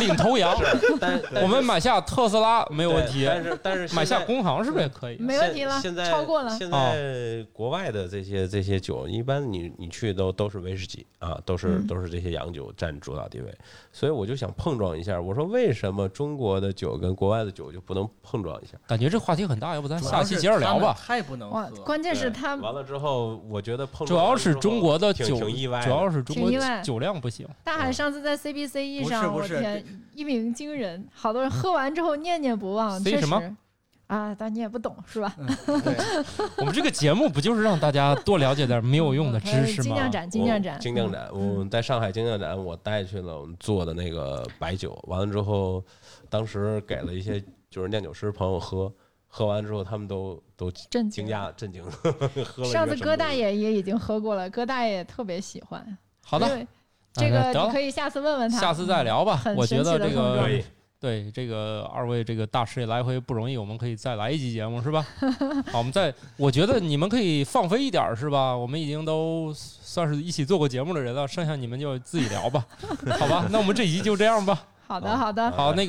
Speaker 1: 领头羊，
Speaker 3: 但是
Speaker 1: 我们买下特斯拉没有问题
Speaker 3: 对，但是但是
Speaker 1: 买
Speaker 3: 现
Speaker 1: 下
Speaker 3: 在
Speaker 1: 工行是不是也可以？
Speaker 2: 没问题
Speaker 3: 现
Speaker 2: 了
Speaker 3: 现在
Speaker 2: 超过了
Speaker 3: 现在国外的这些这些酒，一般你你去都都是威士忌啊，都是
Speaker 2: 嗯
Speaker 3: 都是这些洋酒占主导地位。所以我就想碰撞一下，我说为什么中国的酒跟国外的酒就不能碰撞一下？
Speaker 1: 感觉这话题很大，要不咱
Speaker 5: 主
Speaker 1: 啊下
Speaker 5: 要
Speaker 1: 期
Speaker 5: 是
Speaker 1: 接着
Speaker 5: 他
Speaker 1: 聊
Speaker 5: 们
Speaker 1: 吧。
Speaker 5: 太不能
Speaker 2: 哇，
Speaker 5: 喝，
Speaker 2: 关键是
Speaker 3: 对
Speaker 2: 他
Speaker 3: 完了之后，我觉得碰
Speaker 1: 主
Speaker 3: 撞
Speaker 1: 要
Speaker 3: 完之
Speaker 1: 是
Speaker 3: 后
Speaker 1: 中国的
Speaker 3: 挺
Speaker 1: 酒，
Speaker 3: 挺意外的，
Speaker 1: 主要是中国
Speaker 2: 挺意外
Speaker 1: 酒量不行。
Speaker 2: 大海上次在 CBCE
Speaker 5: 不是
Speaker 2: 上，
Speaker 5: 不
Speaker 2: 我
Speaker 5: 是
Speaker 2: 天，一鸣惊人，好多人喝完之后念念不忘，
Speaker 1: C
Speaker 2: 确
Speaker 1: 什么
Speaker 2: 实。啊，但你也不懂是吧？
Speaker 1: 我们这个节目不就是让大家多了解点没有用的
Speaker 2: 嗯 OK，
Speaker 1: 知识
Speaker 2: 精
Speaker 1: 吗？
Speaker 2: 酿哎展，精酿展，
Speaker 3: 哦
Speaker 2: 嗯
Speaker 3: 精酿展，我们在上海精酿展，我带去了我们做的那个白酒，完了之后，当时给了一些就是酿酒师朋友喝，喝完之后他们都都
Speaker 2: 震
Speaker 3: 惊
Speaker 2: 惊。
Speaker 3: 讶震惊， 喝了一个
Speaker 2: 上次
Speaker 3: 什么
Speaker 2: 哥
Speaker 3: 东
Speaker 2: 大
Speaker 3: 西
Speaker 2: 爷也已经喝过了，哥大爷特别喜欢。
Speaker 1: 好的，
Speaker 2: 对，这个
Speaker 1: 得
Speaker 2: 你
Speaker 1: 了
Speaker 2: 可以下次问问他，嗯
Speaker 1: 下次再聊吧
Speaker 2: 很。
Speaker 1: 我觉
Speaker 2: 神奇
Speaker 1: 得
Speaker 2: 的
Speaker 1: 这
Speaker 2: 碰
Speaker 1: 个
Speaker 2: 撞
Speaker 3: 可以，
Speaker 1: 对这个二位这个大师也来回不容易，我们可以再来一期节目是吧？ 好，我们再，我觉得你们可以放飞一点儿是吧？我们已经都算是一起做过节目的人了，剩下你们就自己聊 吧，好吧？那我们这一集就这样吧。
Speaker 2: 好的，好
Speaker 3: 啊
Speaker 2: 的，
Speaker 1: 啊好，那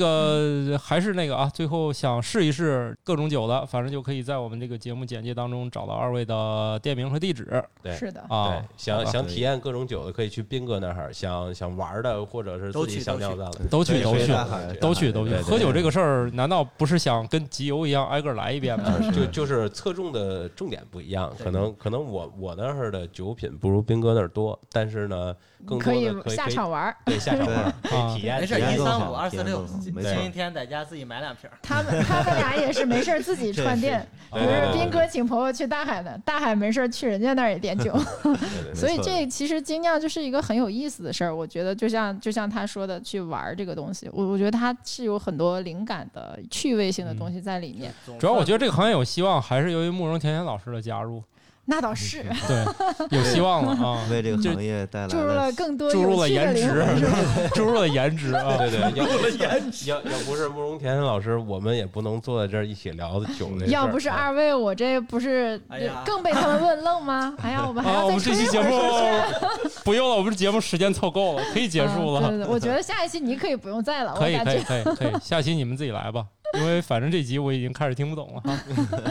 Speaker 1: 个还是那个啊，最后想试一试各种酒的，反正就可以在我们这个节目简介当中找到二位的店名和地址
Speaker 3: 对
Speaker 2: 是的，
Speaker 1: 啊
Speaker 3: 对。，想
Speaker 1: 吧
Speaker 3: 想体验各种酒的，可以去斌哥那儿；想想玩的，或者是
Speaker 5: 都
Speaker 3: 自己
Speaker 5: 去
Speaker 3: 想
Speaker 5: 都
Speaker 3: 酿
Speaker 5: 去
Speaker 3: 造的，
Speaker 1: 都去
Speaker 4: 对
Speaker 1: 都
Speaker 4: 所以
Speaker 1: 去
Speaker 4: 大海啊
Speaker 1: 都去都去，
Speaker 3: 对对
Speaker 1: 喝酒这个事儿，难道不是想跟集邮一样挨个儿来一遍吗？
Speaker 2: 啊
Speaker 1: 啊
Speaker 3: 就就是侧重的重点不一样，可能可能我我那儿的酒品不如斌哥那儿多，但是呢，更
Speaker 2: 可
Speaker 3: 多
Speaker 2: 以
Speaker 3: 的可以
Speaker 2: 下场玩儿。
Speaker 3: 对下场玩 儿，可
Speaker 1: 啊
Speaker 3: 以体验
Speaker 5: 没事，
Speaker 3: 体验
Speaker 5: 一
Speaker 4: 更
Speaker 5: 三
Speaker 4: 好
Speaker 5: 五二四
Speaker 4: 体验
Speaker 5: 六
Speaker 4: 更好，没
Speaker 5: 星
Speaker 4: 错
Speaker 5: 期天在家自己买两瓶儿。
Speaker 2: 他们他们俩也是没事儿自己串店， 比
Speaker 3: 对
Speaker 2: 如
Speaker 3: 对对对
Speaker 2: 斌哥请朋友去大海的，大海没事儿去人家那儿也 点酒。
Speaker 3: 对对对
Speaker 2: 所以
Speaker 4: 错
Speaker 2: 这其实精酿就是一个很有意思的事儿，我觉得就像就像他说的，去玩儿这个东西，我我觉得它是有很多灵感的
Speaker 3: 嗯
Speaker 2: 趣味性的东西在里面。
Speaker 5: 总
Speaker 1: 主要我
Speaker 5: 算
Speaker 1: 觉得这个行业有希望，还是由于慕容甜甜老师的加入。
Speaker 2: 那倒
Speaker 3: 嗯
Speaker 2: 是，
Speaker 1: 对，有希望了啊！
Speaker 4: 为这个
Speaker 1: 就
Speaker 4: 行业带来
Speaker 2: 注入了更 多
Speaker 1: 注入
Speaker 2: 有
Speaker 1: 了
Speaker 2: 趣的
Speaker 1: 颜
Speaker 2: 灵
Speaker 1: 值
Speaker 2: 魂。，
Speaker 1: 注入了颜值啊！
Speaker 3: 对对， 要要要不是慕容甜老师，我们也不能坐在这儿一起聊酒这事儿啊
Speaker 2: 要不是二位，我这不是
Speaker 5: 哎呀
Speaker 2: 更被他们问愣吗？哎呀，我们还
Speaker 1: 啊，
Speaker 2: 要
Speaker 1: 我
Speaker 2: 再
Speaker 1: 们这
Speaker 2: 吹
Speaker 1: 期
Speaker 2: 一
Speaker 1: 节
Speaker 2: 会儿
Speaker 1: 目
Speaker 2: 是不是？
Speaker 1: 不用了，我们节目时间凑够了，可以结束
Speaker 2: 啊
Speaker 1: 了
Speaker 2: 对。对对，我觉得下一期你可以不用在了，我
Speaker 1: 可以
Speaker 2: 感
Speaker 1: 可以
Speaker 2: 觉
Speaker 1: 可以可以，下期你们自己来吧，因为反正这集我已经开始听不懂了哈。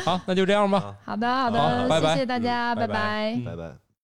Speaker 1: 好，那就这样吧。
Speaker 2: 好的好
Speaker 1: 好
Speaker 2: 的，
Speaker 1: 拜拜
Speaker 2: 谢谢大家，
Speaker 3: 嗯
Speaker 2: 拜
Speaker 3: 拜拜
Speaker 2: 拜
Speaker 1: 嗯
Speaker 4: 拜拜。